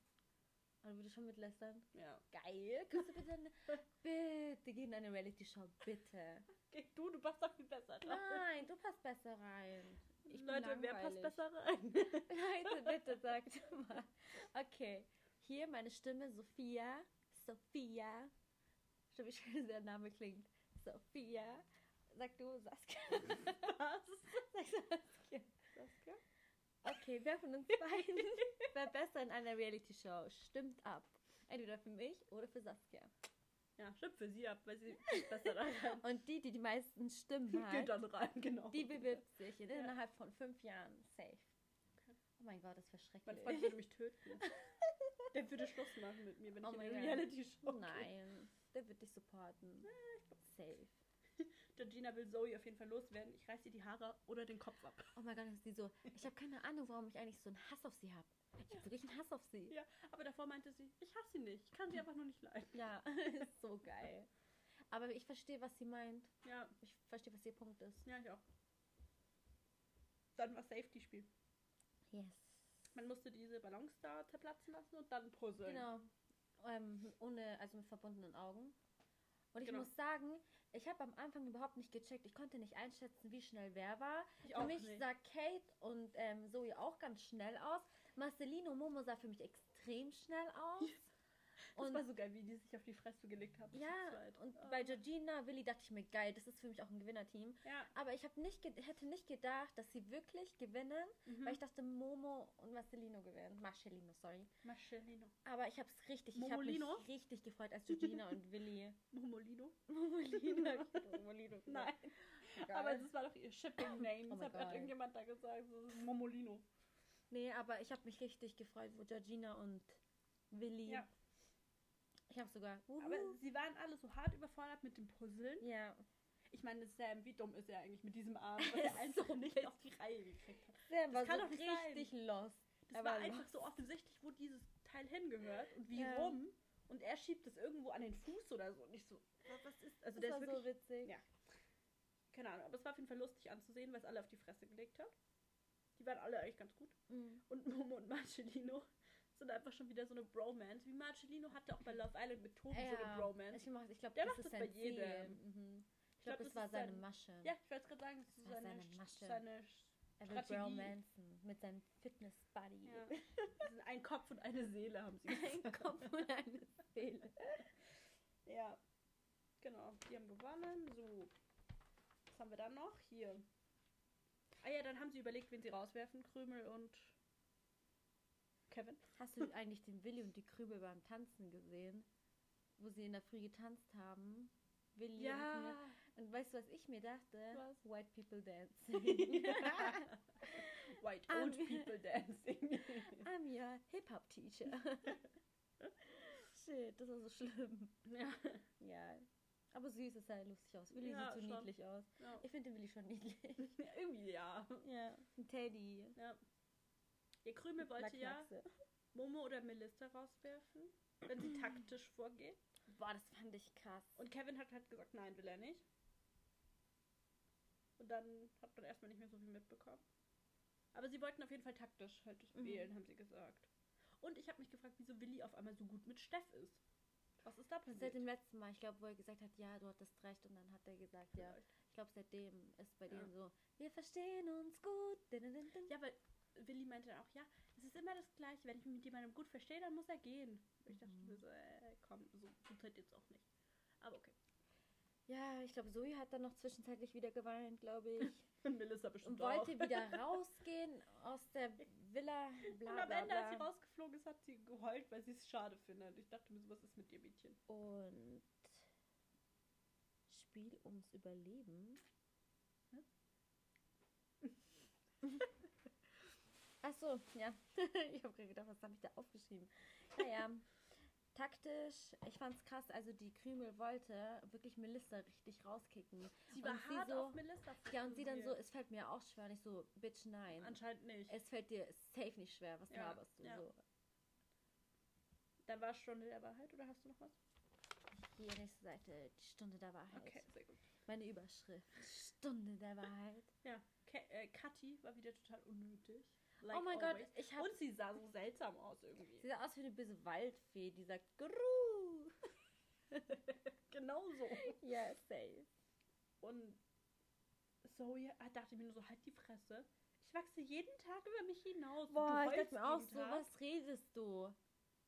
B: Aber du würdest schon mitlästern.
A: Ja.
B: Geil. Kannst du bitte, eine, bitte geh in eine Reality-Show, bitte.
A: Okay, du, du passt doch viel besser drauf.
B: Nein, du passt besser rein. Ich bin
A: Leute, wer passt
B: langweilig.
A: besser rein?
B: Leute, bitte sagt mal. Okay, hier meine Stimme, Sophia. Sophia. Stimmt, wie schön der Name klingt. Sophia. Sag du, Saskia.
A: Was?
B: Sag Saskia.
A: Saskia?
B: Okay, wer von uns beiden wäre besser in einer Reality-Show? Stimmt ab. Entweder für mich oder für Saskia.
A: Ja, stimmt für sie ab, weil sie besser da rein.
B: Und die, die die meisten Stimmen
A: Geht
B: hat,
A: dann rein, genau.
B: die bewirbt sich in
A: Ja.
B: innerhalb von fünf Jahren. Safe. Oh mein Gott, das wäre schrecklich.
A: Mein Freund würde mich töten. Der würde Schluss machen mit mir, wenn
B: Oh
A: ich in
B: mein
A: eine
B: Gott.
A: Reality-Show gehe.
B: Nein, der wird dich supporten.
A: Ah,
B: Safe.
A: Georgina will Zoe auf jeden Fall loswerden. Ich reiß ihr die Haare oder den Kopf ab.
B: Oh mein Gott, ist die so. Ich habe keine Ahnung, warum ich eigentlich so einen Hass auf sie habe. Ich habe wirklich einen Hass auf sie.
A: Ja. Aber davor meinte sie, ich hasse sie nicht. Ich kann sie einfach nur nicht leiden.
B: Ja, ist so geil. Aber ich verstehe, was sie meint.
A: Ja,
B: Ich verstehe, was ihr Punkt ist.
A: ja, ich auch. Dann war Safety-Spiel.
B: Yes.
A: Man musste diese Ballons da zerplatzen lassen und dann puzzeln.
B: Genau. Ähm, ohne, also mit verbundenen Augen. Und ich
A: Genau.
B: muss sagen, ich habe am Anfang überhaupt nicht gecheckt. Ich konnte nicht einschätzen, wie schnell wer war.
A: Ich
B: Für
A: auch
B: mich
A: nicht.
B: sah Kate und ähm, Zoe auch ganz schnell aus. Marcelino Momo sah für mich extrem schnell aus.
A: Das
B: Und
A: war so geil, wie die sich auf die Fresse gelegt haben.
B: ja,
A: zu zweit.
B: und
A: Ah.
B: bei Georgina, Willi dachte ich mir, geil, das ist für mich auch ein Gewinnerteam.
A: Ja.
B: Aber ich hab nicht ge- hätte nicht gedacht, dass sie wirklich gewinnen,
A: Mhm.
B: weil ich dachte, Momo und Marcelino gewinnen. Marcelino, sorry.
A: Marcelino.
B: Aber ich habe es richtig, ich habe mich
A: Momolino?
B: richtig gefreut, als Georgina und Willi.
A: Momolino?
B: Momolino. hab ich gedacht, Momolino.
A: Nein.
B: Egal.
A: Aber das war doch ihr Shipping-Name.
B: Oh
A: das
B: mein
A: hat grad
B: Gott.
A: irgendjemand da gesagt. So, das ist Momolino.
B: nee, aber ich habe mich richtig gefreut, wo Georgina und Willi.
A: Ja.
B: Ich habe sogar.
A: Aber
B: Uhu.
A: sie waren alle so hart überfordert mit dem Puzzeln.
B: ja.
A: Ich meine, Sam, wie dumm ist er eigentlich mit diesem Arm, was er
B: So
A: einfach nicht
B: dumm.
A: auf die Reihe gekriegt hat.
B: Sam war
A: kann
B: so
A: doch nicht
B: richtig lost.
A: Das
B: Aber
A: war einfach
B: was?
A: so offensichtlich, wo dieses Teil hingehört und wie
B: Ja.
A: rum. Und er schiebt es irgendwo an den Fuß oder so. Nicht so. Was was ist? Also der
B: Das
A: ist
B: war
A: wirklich.
B: so witzig.
A: Ja. Keine Ahnung, aber es war auf jeden Fall lustig anzusehen, weil es alle auf die Fresse gelegt hat. Die waren alle eigentlich ganz gut.
B: Mhm.
A: Und Momo und Marcelino sind einfach schon wieder so eine Bromance. Wie Marcelino hatte auch bei Love Island mit Tobi so eine Bromance.
B: Ich, mach- ich glaube,
A: Der
B: das
A: macht
B: ist
A: das
B: sein
A: bei jedem.
B: Ziel. Mhm. Ich
A: glaub,
B: glaube, das, war
A: ist
B: seine
A: sein-
B: Masche.
A: Ja, ich wollte gerade sagen, das ist
B: Das war
A: seine,
B: seine Masche.
A: seine
B: er will
A: Strategie.
B: romancen mit seinem Fitness-Buddy.
A: Ja. Das sind ein Kopf und eine Seele haben sie gesagt.
B: Ein Kopf und eine Seele.
A: Ja. Genau, die haben gewonnen. So. Was haben wir dann noch? Hier. Ah ja, dann haben sie überlegt, wen sie rauswerfen. Krümel und Kevin.
B: Hast du eigentlich den Willi und die Krübel beim Tanzen gesehen? Wo sie in der Früh getanzt haben? Willi und Krübel. Und weißt du, was ich mir dachte?
A: Was?
B: White people dancing.
A: White old
B: Um,
A: people dancing.
B: I'm your Hip-Hop-Teacher. Shit, das war so schlimm.
A: ja.
B: Ja. Aber süß, es sah lustig aus. Willi
A: Ja,
B: sieht so
A: schon.
B: niedlich aus.
A: ja.
B: Ich finde den Willi schon niedlich.
A: Irgendwie ja.
B: ja. Ein Teddy.
A: ja. Ihr Krümel wollte ja
B: Knackse.
A: Momo oder Melissa rauswerfen, wenn sie taktisch vorgeht.
B: Boah, das fand ich krass.
A: Und Kevin hat halt gesagt, nein, will er nicht. Und dann hat man erstmal nicht mehr so viel mitbekommen. Aber sie wollten auf jeden Fall taktisch halt
B: Mhm.
A: wählen, haben sie gesagt. Und ich habe mich gefragt, wieso Willi auf einmal so gut mit Steff ist. Was ist da
B: Seit
A: passiert?
B: dem letzten Mal, ich glaube, wo er gesagt hat, ja, du hattest recht. Und dann hat er gesagt, ja.
A: Vielleicht.
B: Ich glaube, seitdem ist bei
A: Ja.
B: denen so, wir verstehen uns gut. Din, din, din, din.
A: Ja, weil Willi meinte dann auch, ja, es ist immer das Gleiche. Wenn ich mich mit jemandem gut verstehe, dann muss er gehen. Und ich dachte
B: Mhm.
A: mir so, äh, komm, so funktioniert jetzt auch nicht. Aber okay.
B: Ja, ich glaube, Zoe hat dann noch zwischenzeitlich wieder geweint, glaube ich.
A: Und Melissa
B: Und
A: bestimmt auch.
B: wollte wieder rausgehen aus der Villa. Bla,
A: Und am
B: bla,
A: Ende, als sie
B: bla.
A: rausgeflogen ist, hat sie geheult, weil sie es schade findet. Ich dachte mir so, was ist mit dir, Mädchen?
B: Und Spiel ums Überleben. Achso, ja. ich habe gerade gedacht, was habe ich da aufgeschrieben? Naja, taktisch, ich fand's krass, also die Krümel wollte wirklich Melissa richtig rauskicken.
A: Sie
B: war
A: war
B: hart
A: hart
B: auf
A: auf Melissa.
B: Ja, und sie dann so, es fällt mir auch schwer. Und ich so, Bitch, nein.
A: Anscheinend nicht.
B: Es fällt dir safe nicht schwer, was
A: Ja,
B: laberst du
A: ja.
B: so?
A: Da war schon in der Wahrheit oder hast du noch was?
B: Hier, nächste Seite, die Stunde der Wahrheit.
A: Okay, sehr gut.
B: Meine Überschrift, Stunde der Wahrheit.
A: Ja, Ke äh, Kathi war wieder total unnötig. Like
B: oh mein
A: always.
B: Gott, ich habe.
A: Und sie sah so seltsam aus irgendwie.
B: Sie sah aus wie eine böse Waldfee, die sagt Gru.
A: Genau so.
B: Ja, safe.
A: Und Zoe ah, dachte mir nur so, halt die Fresse. Ich wachse jeden Tag über mich hinaus. und
B: Boah,
A: du
B: ich
A: heulst
B: dachte mir auch
A: jeden
B: so,
A: Tag.
B: was redest du?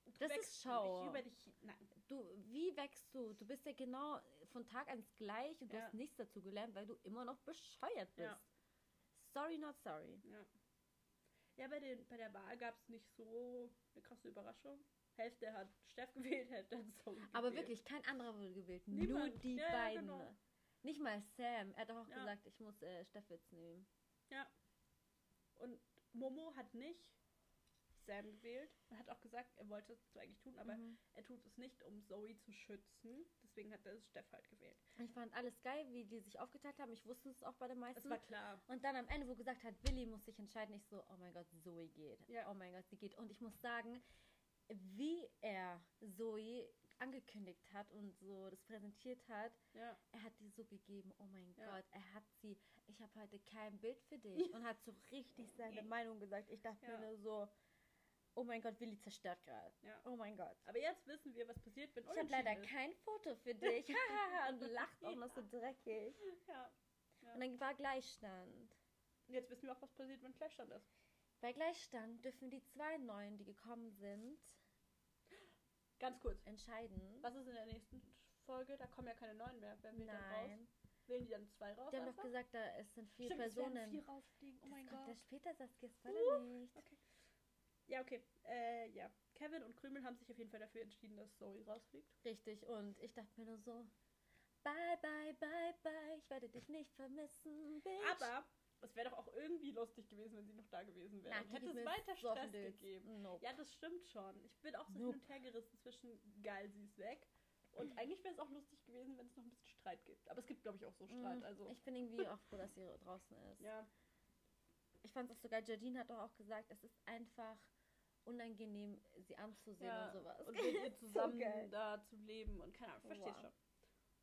A: Du
B: das ist
A: wächst nicht
B: Schauer.
A: Über dich, hin- nein,
B: Du, wie wächst du? Du bist ja genau von Tag eins gleich und du
A: Ja.
B: hast nichts dazu gelernt, weil du immer noch bescheuert bist.
A: Ja.
B: Sorry, not sorry.
A: Ja. Ja, bei, den, bei der Wahl gab es nicht so eine krasse Überraschung. Hälfte hat Steff gewählt, Hälfte hat Zoe gewählt.
B: Aber wirklich, kein anderer wurde gewählt. Nur
A: Niemand.
B: die
A: Ja, ja,
B: beiden.
A: genau.
B: Nicht mal Sam. Er hat doch auch
A: Ja.
B: gesagt, ich muss äh, Steffels nehmen.
A: Und Momo hat nicht Sam gewählt. Er hat auch gesagt, er wollte es zwar eigentlich tun, aber
B: Mhm.
A: er tut es nicht, um Zoe zu schützen. Deswegen hat er Steff halt gewählt.
B: Ich fand alles geil, wie die sich aufgeteilt haben. Ich wusste es auch bei den
A: Es
B: meisten.
A: war klar.
B: Und dann am Ende, wo gesagt hat, Willi muss sich entscheiden, ich so, oh mein Gott, Zoe geht.
A: Ja.
B: Oh mein Gott, sie geht. Und ich muss sagen, wie er Zoe angekündigt hat und so das präsentiert hat,
A: Ja.
B: er hat die so gegeben, oh mein
A: Ja.
B: Gott, er hat sie, ich habe heute kein Bild für dich. Und hat so richtig seine Meinung gesagt. Ich dachte
A: Ja.
B: mir nur so, oh mein Gott, Willi zerstört gerade.
A: Ja.
B: Oh mein Gott.
A: Aber jetzt wissen wir, was passiert, wenn
B: Ich habe leider
A: Unentschieden
B: kein Foto für dich. Hahaha. und lacht auch noch so dreckig.
A: ist. Ja.
B: Und dann war Gleichstand.
A: Und jetzt wissen wir auch, was passiert, wenn Clash dann ist.
B: Bei Gleichstand dürfen die zwei Neuen, die gekommen sind,
A: Ganz kurz.
B: entscheiden.
A: Was ist in der nächsten Folge? Da kommen ja keine neuen mehr. Wer wählt dann raus?
B: Nein.
A: Wählen die dann zwei raus?
B: Die haben
A: einfach?
B: doch gesagt, da es sind vier
A: Stimmt, es werden
B: Personen.
A: vier rausfliegen. Oh
B: das
A: mein
B: kommt
A: Gott. Uh,
B: erst später, Saskia, spoiler nicht.
A: Okay. Ja, okay. Äh, ja. Kevin und Krümel haben sich auf jeden Fall dafür entschieden, dass Zoe rausfliegt.
B: Richtig, und ich dachte mir nur so, bye, bye, bye, bye, ich werde dich nicht vermissen, bitch.
A: Aber es wäre doch auch irgendwie lustig gewesen, wenn sie noch da gewesen wäre.
B: Na,
A: und
B: die
A: hätte
B: gibt
A: es
B: mir
A: weiter
B: so auf den
A: Stress
B: Dötz.
A: gegeben.
B: Nope.
A: Ja, das stimmt schon. Ich bin auch so hin
B: Nope.
A: und her gerissen zwischen geil, sie ist weg. Und eigentlich wäre es auch lustig gewesen, wenn es noch ein bisschen Streit gibt. Aber es gibt, glaube ich, auch so Streit.
B: Mm,
A: Also,
B: Ich bin irgendwie auch froh, dass sie draußen ist.
A: ja.
B: Ich fand es auch sogar, Jardine hat doch auch gesagt, es ist einfach unangenehm, sie anzusehen
A: ja.
B: und sowas.
A: Und mit ihr zusammen
B: geil.
A: da zu leben und keine Ahnung,
B: Oh,
A: verstehst
B: wow.
A: schon.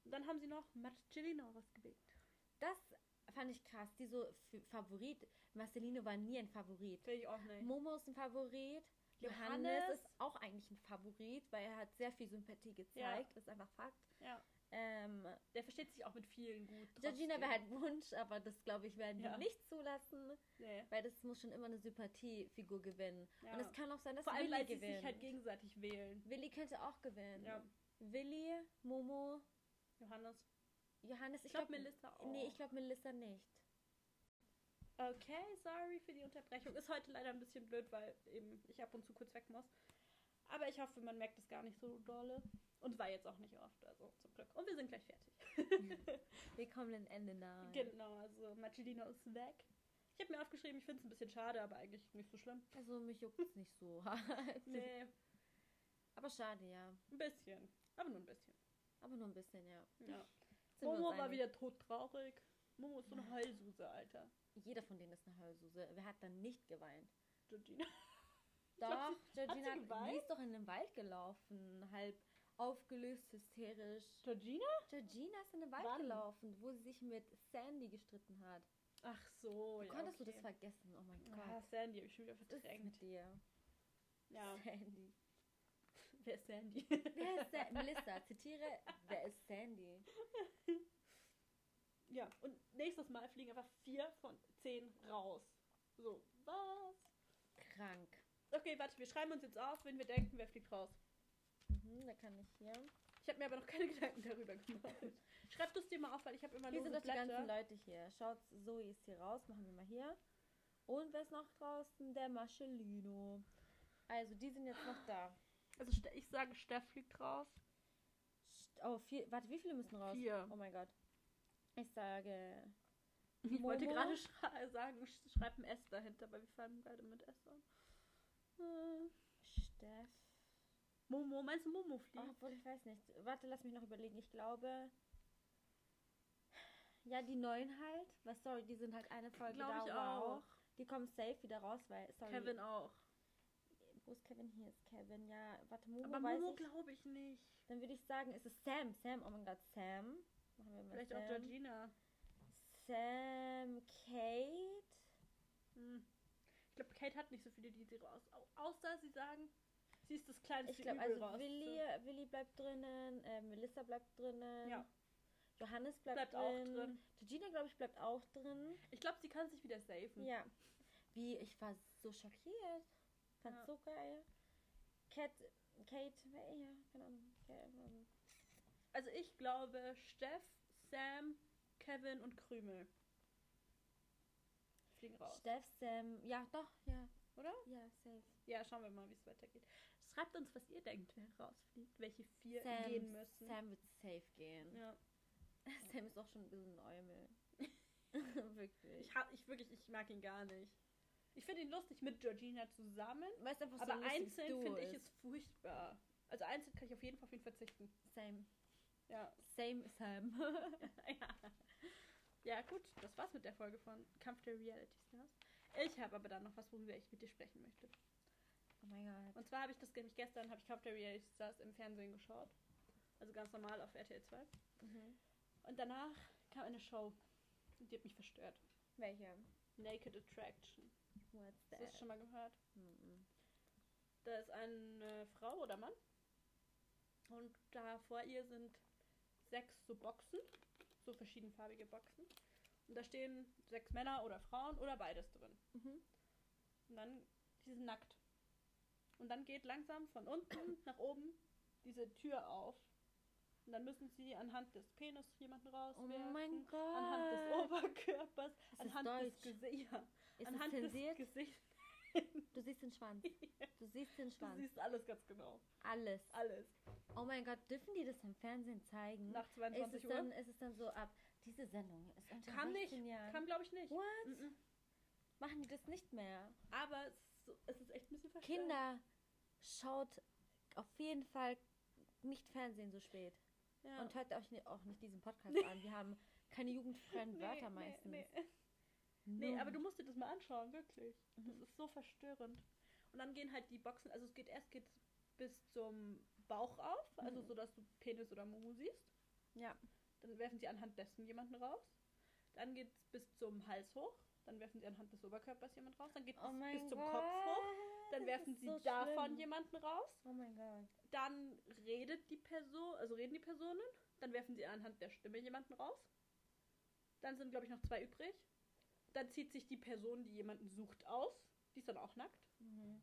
A: Und dann haben sie noch Marcellino rausgewählt.
B: Das fand ich krass, die so F- Favorit. Marcelino war nie ein Favorit.
A: Finde ich auch nicht.
B: Momo ist ein Favorit. Johannes,
A: Johannes.
B: ist auch eigentlich ein Favorit, weil er hat sehr viel Sympathie gezeigt. Ist einfach Fakt.
A: Ja.
B: Ähm,
A: Der versteht sich auch mit vielen gut.
B: Georgina
A: trotzdem.
B: wäre halt ein Wunsch, aber das glaube ich werden die
A: Ja.
B: nicht zulassen,
A: Nee.
B: weil das muss schon immer eine Sympathiefigur gewinnen.
A: Ja.
B: Und es kann auch sein, dass
A: Vor allem,
B: Willi
A: weil sie sich
B: gewinnt.
A: halt gegenseitig wählen.
B: Willi könnte auch gewinnen.
A: Ja.
B: Willi, Momo,
A: Johannes.
B: Johannes.
A: Ich glaube, Melissa Oh. auch.
B: Nee, ich glaube Melissa nicht.
A: Okay, sorry für die Unterbrechung. Ist heute leider ein bisschen blöd, weil eben ich ab und zu kurz weg muss. Aber ich hoffe, man merkt es gar nicht so dolle. Und war jetzt auch nicht oft, also zum Glück. Und wir sind gleich fertig.
B: Wir kommen ein Ende nahe.
A: Genau, also Marcellino ist weg. Ich habe mir aufgeschrieben, ich finde es ein bisschen schade, aber eigentlich nicht so schlimm.
B: Also mich juckt es nicht so. hart.
A: Nee,
B: Aber schade, ja.
A: ein bisschen. Aber nur ein bisschen.
B: Aber nur ein bisschen, ja.
A: Ja.
B: Sind wir uns
A: Momo war
B: einig.
A: wieder todtraurig. Momo ist so eine Heulsuse, Alter.
B: Jeder von denen ist eine Heulsuse. Wer hat dann nicht geweint?
A: Georgina. glaub,
B: Doch, Georgina hat die
A: geweint?
B: ist doch in den Wald gelaufen, halb aufgelöst, hysterisch.
A: Georgina?
B: Georgina ist in den Wald
A: Wann?
B: gelaufen, wo sie sich mit Sandy gestritten hat.
A: Ach so,
B: Wie
A: ja.
B: konntest du das
A: okay.
B: vergessen? Oh mein
A: Ah,
B: Gott.
A: Sandy habe ich schon wieder
B: Was ist
A: verdrängt.
B: mit dir?
A: Ja.
B: Sandy.
A: Wer ist Sandy?
B: Wer ist Sa Melissa, zitiere, wer ist Sandy?
A: ja, und nächstes Mal fliegen einfach vier von zehn raus. So, was?
B: Krank.
A: Okay, warte, wir schreiben uns jetzt auf, wenn wir denken, wer fliegt raus.
B: Mhm, da kann ich hier.
A: Ich habe mir aber noch keine Gedanken darüber gemacht. Schreibt es dir mal auf, weil ich habe immer
B: Hier
A: lose
B: sind doch die ganzen
A: Blätter.
B: Leute hier. Schaut, Zoe ist hier raus. Machen wir mal hier. Und wer ist noch draußen? Der Marcellino. Also, die sind jetzt noch da.
A: Also Ste- ich sage, Steff fliegt raus.
B: St- Oh, vier. Warte, wie viele müssen raus?
A: Vier.
B: Oh mein Gott. Ich sage.
A: Ich wollte
B: Momo?
A: gerade schra- sagen, sch- schreib ein S dahinter, weil wir fallen gerade mit S an. Äh,
B: Steff.
A: Momo, meinst du Momo
B: Oh,
A: fliegt?
B: obwohl, ich weiß nicht. Warte, lass mich noch überlegen. Ich glaube. Ja, die neuen halt. Was sorry, die sind halt eine Folge da.
A: Glaube ich
B: wow.
A: auch.
B: Die kommen safe wieder raus, weil. Sorry.
A: Kevin auch.
B: Wo ist Kevin? Hier ist Kevin. Ja, warte, Momo.
A: Aber
B: weiß
A: Momo
B: ich.
A: glaube ich nicht.
B: Dann würde ich sagen, es ist Sam. Sam, oh mein Gott, Sam. Machen wir mal
A: Vielleicht
B: Sam.
A: auch Georgina.
B: Sam, Kate.
A: Hm. Ich glaube, Kate hat nicht so viele, die sie raus. au- Außer sie sagen, sie ist das kleinste
B: Ich glaube,
A: Übel
B: also
A: raus.
B: Willi, Willi bleibt drinnen, äh, Melissa bleibt drinnen.
A: Ja.
B: Johannes bleibt,
A: Bleibt auch
B: drin.
A: drin.
B: Georgina, glaube ich, bleibt auch drin.
A: Ich glaube, sie kann sich wieder safen.
B: Ja. Wie, ich war so schockiert. Fand
A: Ja.
B: so geil. Kat, Kate, wer- ja, keine Ahnung. Keine Ahnung.
A: Also ich glaube, Steff, Sam, Kevin und Krümel fliegen raus.
B: Steff, Sam, ja, doch, ja.
A: Oder?
B: Ja, safe.
A: Ja, schauen wir mal, wie es weitergeht. Schreibt uns, was ihr denkt, wer rausfliegt, welche vier
B: Sam,
A: gehen müssen.
B: Sam wird safe gehen.
A: Ja.
B: Sam ist auch schon ein bisschen ein Eumel. Wirklich.
A: Ich, hab, ich wirklich, ich mag ihn gar nicht. Ich finde ihn lustig mit Georgina zusammen,
B: Weil es einfach so
A: aber
B: ein lustiges
A: einzeln
B: Duo
A: finde ich
B: ist.
A: es furchtbar. Also einzeln kann ich auf jeden Fall auf ihn verzichten.
B: Same.
A: Ja.
B: Same, Sam.
A: ja. Ja, gut, das war's mit der Folge von Kampf der Reality Stars. Ich habe aber dann noch was, worüber ich mit dir sprechen möchte.
B: Oh mein Gott.
A: Und zwar habe ich das nämlich gestern, habe ich Kampf der Reality Stars im Fernsehen geschaut. Also ganz normal auf RTL 2.
B: Mhm.
A: Und danach kam eine Show, und die hat mich verstört.
B: Welche?
A: Naked Attraction.
B: What's
A: Hast du das
B: that?
A: schon mal gehört?
B: Mhm.
A: Da ist eine Frau oder Mann. Und da vor ihr sind sechs so Boxen, so verschiedenfarbige Boxen. Und da stehen sechs Männer oder Frauen oder beides drin.
B: Mhm.
A: Und dann, die sind nackt. Und dann geht langsam von unten nach oben diese Tür auf. Und dann müssen sie anhand des Penis jemanden
B: Oh
A: rauswerfen.
B: mein Gott.
A: Anhand des Oberkörpers,
B: Ist das
A: anhand des
B: Deutsch?
A: Gesichts. Ja,
B: Ist es
A: anhand des
B: zensiert?
A: Gesichts.
B: Du siehst den Schwanz. Du siehst den
A: Du
B: Schwanz.
A: siehst alles ganz genau.
B: Alles.
A: Alles.
B: Oh mein Gott, dürfen die das im Fernsehen zeigen?
A: Nach
B: ist
A: 22
B: Mhm. es
A: Uhr.
B: dann, ist es dann so ab. Diese Sendung ist unter
A: Kann nicht.
B: 16 Jahren.
A: Kam, glaube ich, nicht.
B: What?
A: Mhm.
B: Machen die das nicht mehr?
A: Aber es ist, so, es ist echt ein bisschen verstörend.
B: Kinder, schaut auf jeden Fall nicht Fernsehen so spät.
A: Ja.
B: Und hört euch ni- auch nicht diesen Podcast an. Wir haben keine jugendfreien
A: Nee,
B: Wörter
A: nee,
B: meistens.
A: Nee,
B: Nur-
A: nee, aber du musst dir das mal anschauen, wirklich. Das
B: Mhm.
A: ist so verstörend. Und dann gehen halt die Boxen, also es geht erst geht's bis zum Bauch auf, also
B: Mhm.
A: so, dass du Penis oder Mumu siehst.
B: Ja.
A: Dann werfen sie anhand dessen jemanden raus. Dann geht's bis zum Hals hoch. Dann werfen sie anhand des Oberkörpers jemanden raus. Dann geht
B: Oh
A: es
B: mein
A: bis zum
B: Gott.
A: Kopf hoch. Dann
B: das
A: werfen
B: ist
A: sie
B: so
A: davon
B: schlimm.
A: jemanden raus.
B: Oh mein Gott.
A: Dann redet die Person, also reden die Personen, dann werfen sie anhand der Stimme jemanden raus. Dann sind, glaube ich, noch zwei übrig. Dann zieht sich die Person, die jemanden sucht, aus. Die ist dann auch nackt.
B: Mhm.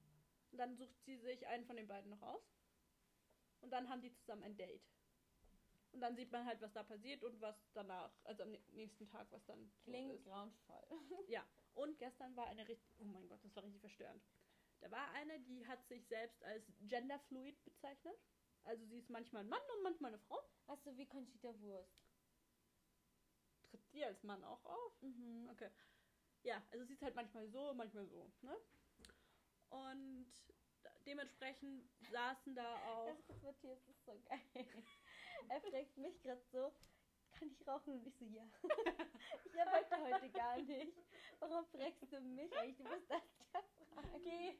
A: Und dann sucht sie sich einen von den beiden noch aus. Und dann haben die zusammen ein Date. Und dann sieht man halt, was da passiert und was danach, also am nä- nächsten Tag, was dann so
B: Klingt
A: ist.
B: grauenvoll.
A: Und gestern war eine richtig, oh mein Gott, das war richtig verstörend. Da war eine, die hat sich selbst als genderfluid bezeichnet. Also sie ist manchmal ein Mann und manchmal eine Frau.
B: Achso, wie Conchita Wurst.
A: Tritt die als Mann auch auf?
B: Mhm.
A: Okay. Ja, also sie ist halt manchmal so, manchmal so. Ne? Und dementsprechend saßen da auch.
B: Das ist Matthias, das ist so geil. er fragt mich gerade so, kann ich rauchen? Und ich so, ja. ich arbeite heute gar nicht. Warum fragst du mich eigentlich? Du musst das ja fragen. Geh,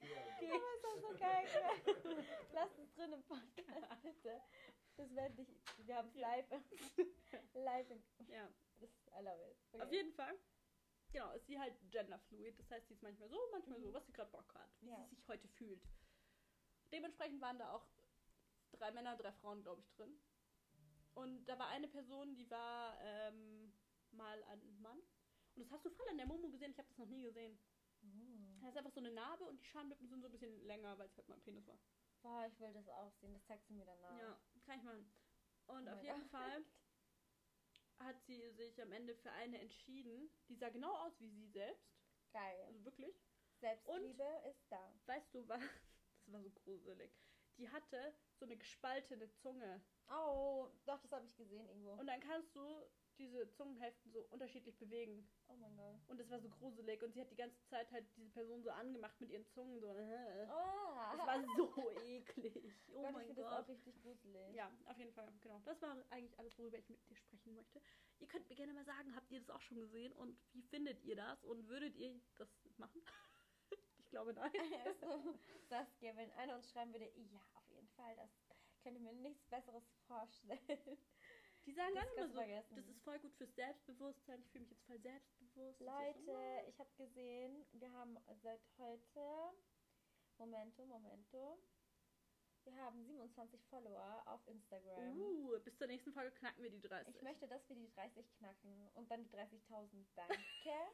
B: geh.
A: geh.
B: Das ist doch so geil. gell? Lass es drin im Podcast, bitte. Das werde ich, wir haben es
A: Ja.
B: live. live im,
A: Ja,
B: das, I love it. Okay.
A: auf jeden Fall. Genau, ist sie halt genderfluid. Das heißt, sie ist manchmal so, manchmal so, was sie gerade Bock hat, wie
B: Mhm. Ja.
A: sie sich heute fühlt. Dementsprechend waren da auch drei Männer, drei Frauen, glaube ich, drin. Und da war eine Person, die war ähm, mal ein Mann. Und das hast du voll an der Momo gesehen, ich habe das noch nie gesehen.
B: Oh.
A: Da ist einfach so eine Narbe und die Schamlippen sind so ein bisschen länger, weil es halt mal ein Penis war.
B: Boah, ich will das auch sehen. Das zeigst du mir danach.
A: Ja, kann ich machen. Und
B: Oh
A: auf
B: mein
A: jeden
B: Gott.
A: Fall hat sie sich am Ende für eine entschieden, die sah genau aus wie sie selbst.
B: Geil.
A: Also wirklich.
B: Selbstliebe ist da.
A: Weißt du was? Das war so gruselig. Die hatte so eine gespaltene Zunge.
B: Oh, doch, das habe ich gesehen irgendwo.
A: Und dann kannst du diese Zungenhälften so unterschiedlich bewegen.
B: oh mein Gott.
A: Und das war so gruselig. Und sie hat die ganze Zeit halt diese Person so angemacht mit ihren Zungen. So. Das
B: Ah.
A: war so eklig. Oh
B: Gott, ich
A: mein
B: finde das auch
A: Gott.
B: richtig gruselig.
A: Ja, auf jeden Fall, genau. Das war eigentlich alles, worüber ich mit dir sprechen möchte. Ihr könnt mir gerne mal sagen, habt ihr das auch schon gesehen und wie findet ihr das und würdet ihr das machen? Ich glaube nein.
B: Also, Saskia, wenn einer uns schreiben würde, ja, auf jeden Fall, das könnte mir nichts Besseres vorstellen.
A: Die sagen
B: Das
A: dann immer
B: kannst
A: so,
B: du vergessen.
A: das ist voll gut fürs Selbstbewusstsein, ich fühle mich jetzt voll selbstbewusst. Und so, so,
B: Leute, ich habe gesehen, wir haben seit heute, Momento, Momento, wir haben 27 Follower auf Instagram.
A: Uh, bis zur nächsten Folge knacken wir die 30.
B: Ich möchte, dass wir die 30 knacken und dann die 30.000. Danke.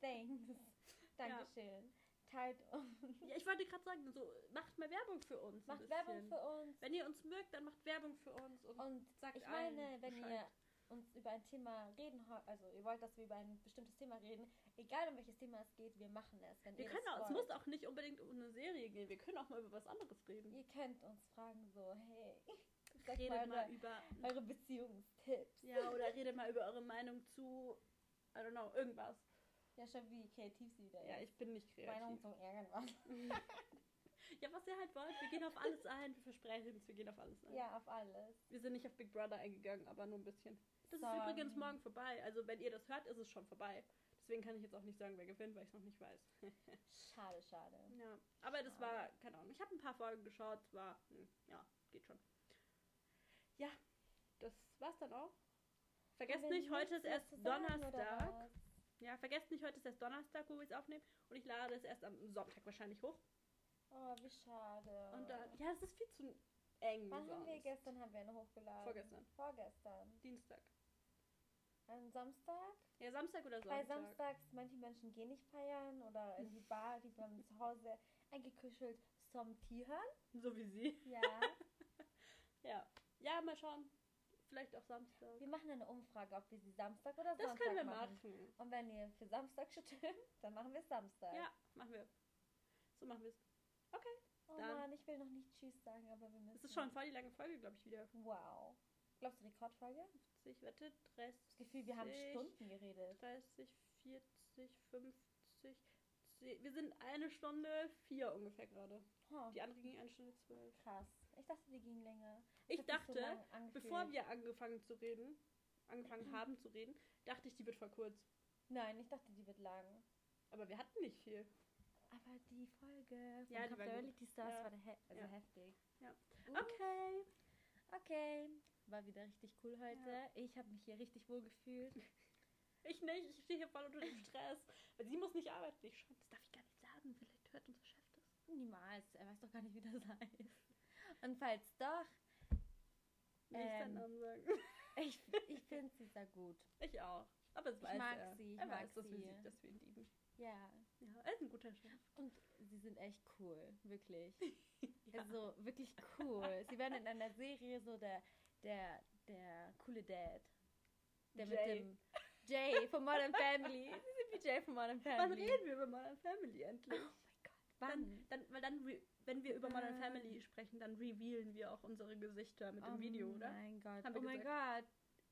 B: Thanks. Dankeschön. Teilt uns.
A: ja, ich wollte gerade sagen, so, macht mal Werbung für uns. ein
B: Macht
A: bisschen.
B: Werbung für uns.
A: Wenn ihr uns mögt, dann macht Werbung für uns und,
B: Und
A: sagt
B: ich meine,
A: allen
B: wenn
A: Bescheid.
B: ihr uns über ein Thema reden, ho- also ihr wollt, dass wir über ein bestimmtes Thema reden, egal um welches Thema es geht, wir machen es. Wenn
A: Wir
B: ihr
A: können
B: das
A: auch, es
B: wollt.
A: muss auch nicht unbedingt um eine Serie gehen, wir können auch mal über was anderes reden.
B: Ihr könnt uns fragen so, hey, sagt
A: Redet
B: mal,
A: mal
B: eure-
A: über.
B: eure Beziehungstipps.
A: Ja, oder redet mal über eure Meinung zu. I don't know, irgendwas.
B: Ja, schon wie kreativ sie wieder
A: Ja,
B: ist.
A: ich bin nicht kreativ.
B: Meinung zum Irgendwas.
A: Ja, was ihr halt wollt, wir gehen auf alles ein, wir versprechen es, wir gehen auf alles ein.
B: Ja, auf alles.
A: Wir sind nicht auf Big Brother eingegangen, aber nur ein bisschen. Das
B: Sorry.
A: ist übrigens morgen vorbei. Also wenn ihr das hört, ist es schon vorbei. Deswegen kann ich jetzt auch nicht sagen, wer gewinnt, weil ich es noch nicht weiß.
B: Schade, schade.
A: Ja. Aber das war, keine Ahnung. Ich habe ein paar Folgen geschaut, war, hm, ja, geht schon. Ja, das war's dann auch. Vergesst
B: Haben wir
A: nicht, heute ist
B: nichts mehr
A: erst
B: zu sagen, oder
A: Donnerstag.
B: was?
A: Ja, vergesst nicht, heute ist erst Donnerstag, wo wir es aufnehmen. Und ich lade es erst am Sonntag wahrscheinlich hoch.
B: Oh, wie schade.
A: Und dann, ja, es ist viel zu eng.
B: Oh. Wann haben wir
A: sonst.
B: gestern haben wir eine hochgeladen?
A: Vorgestern.
B: Vorgestern.
A: Dienstag.
B: Am Samstag?
A: Ja, Samstag oder
B: Weil
A: Sonntag.
B: samstags, manche Menschen gehen nicht feiern oder in die Bar, die bleiben zu Hause eingekuschelt zum Tee hören.
A: So wie sie.
B: Ja.
A: Ja. Ja, mal schauen. Vielleicht auch Samstag.
B: Wir machen eine Umfrage, ob wir sie Samstag oder
A: Das
B: Sonntag
A: können wir
B: machen.
A: machen.
B: Und wenn ihr für Samstag stimmt, dann machen wir es Samstag.
A: Ja, machen wir. So machen wir es.
B: oh
A: dann-
B: Mann, ich will noch nicht Tschüss sagen, aber wir müssen.
A: Es ist schon voll die lange Folge, glaube ich, wieder.
B: Wow. Glaubst du Rekordfolge?
A: Ich wette, 30,
B: Das Gefühl, wir haben
A: Ich-
B: Stunden geredet.
A: 30, 40, 50. zeh- Wir sind eine Stunde vier ungefähr gerade.
B: Huh,
A: Die andere ging eine Stunde zwölf.
B: krass. Ich dachte, wir gingen länger.
A: Ich
B: hat sich so
A: dachte,
B: lang angefühlt.
A: bevor wir angefangen zu reden, angefangen haben zu reden, dachte ich, die wird voll kurz.
B: Nein, ich dachte, die wird lang.
A: Aber wir hatten nicht viel.
B: Aber die Folge von
A: Ja, die war gut.
B: Capability Stars
A: Ja.
B: war der he also
A: Ja.
B: heftig.
A: Ja.
B: Uh,
A: Okay.
B: Okay. War wieder richtig cool heute.
A: Ja.
B: Ich habe mich hier richtig wohl gefühlt.
A: Ich nicht, ich stehe hier voll unter dem Stress. Weil sie muss nicht arbeiten. Ich schon, das darf ich gar nicht sagen. Vielleicht hört unser Chef das.
B: Niemals. Er weiß doch gar nicht, wie das heißt. Und falls doch,
A: Nicht seinen
B: Ähm.
A: Namen sagen.
B: ich, ich finde sie sehr gut.
A: Ich auch. Aber es
B: Ich
A: weiß
B: mag
A: er.
B: sie, ich
A: er
B: mag
A: weiß, dass wir,
B: sie.
A: sie, dass wir ihn lieben.
B: Ja.
A: Ja, er ist ein guter Chef.
B: Und sie sind echt cool. Wirklich.
A: Ja.
B: Also wirklich cool. Sie werden in einer Serie so der, der, der coole Dad.
A: Jay.
B: Der mit dem Jay von Modern Family. Sie sind wie Jay von Modern
A: Wann
B: Family.
A: Also reden wir über Modern Family endlich?
B: Wann?
A: Dann, dann, weil dann, re- wenn wir über Modern
B: Ah.
A: Family sprechen, dann revealen wir auch unsere Gesichter mit dem Video,
B: oh
A: oder?
B: Mein Gott.
A: Haben
B: oh
A: wir
B: mein Gott.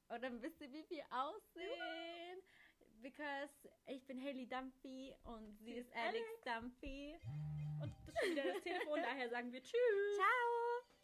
B: Und dann wisst ihr, wie wir aussehen. Because ich bin Hailey Dumphy und sie,
A: Sie
B: ist
A: ist
B: Alex Dumphy.
A: Und das ist schon wieder das Telefon, daher sagen wir Tschüss.
B: Ciao.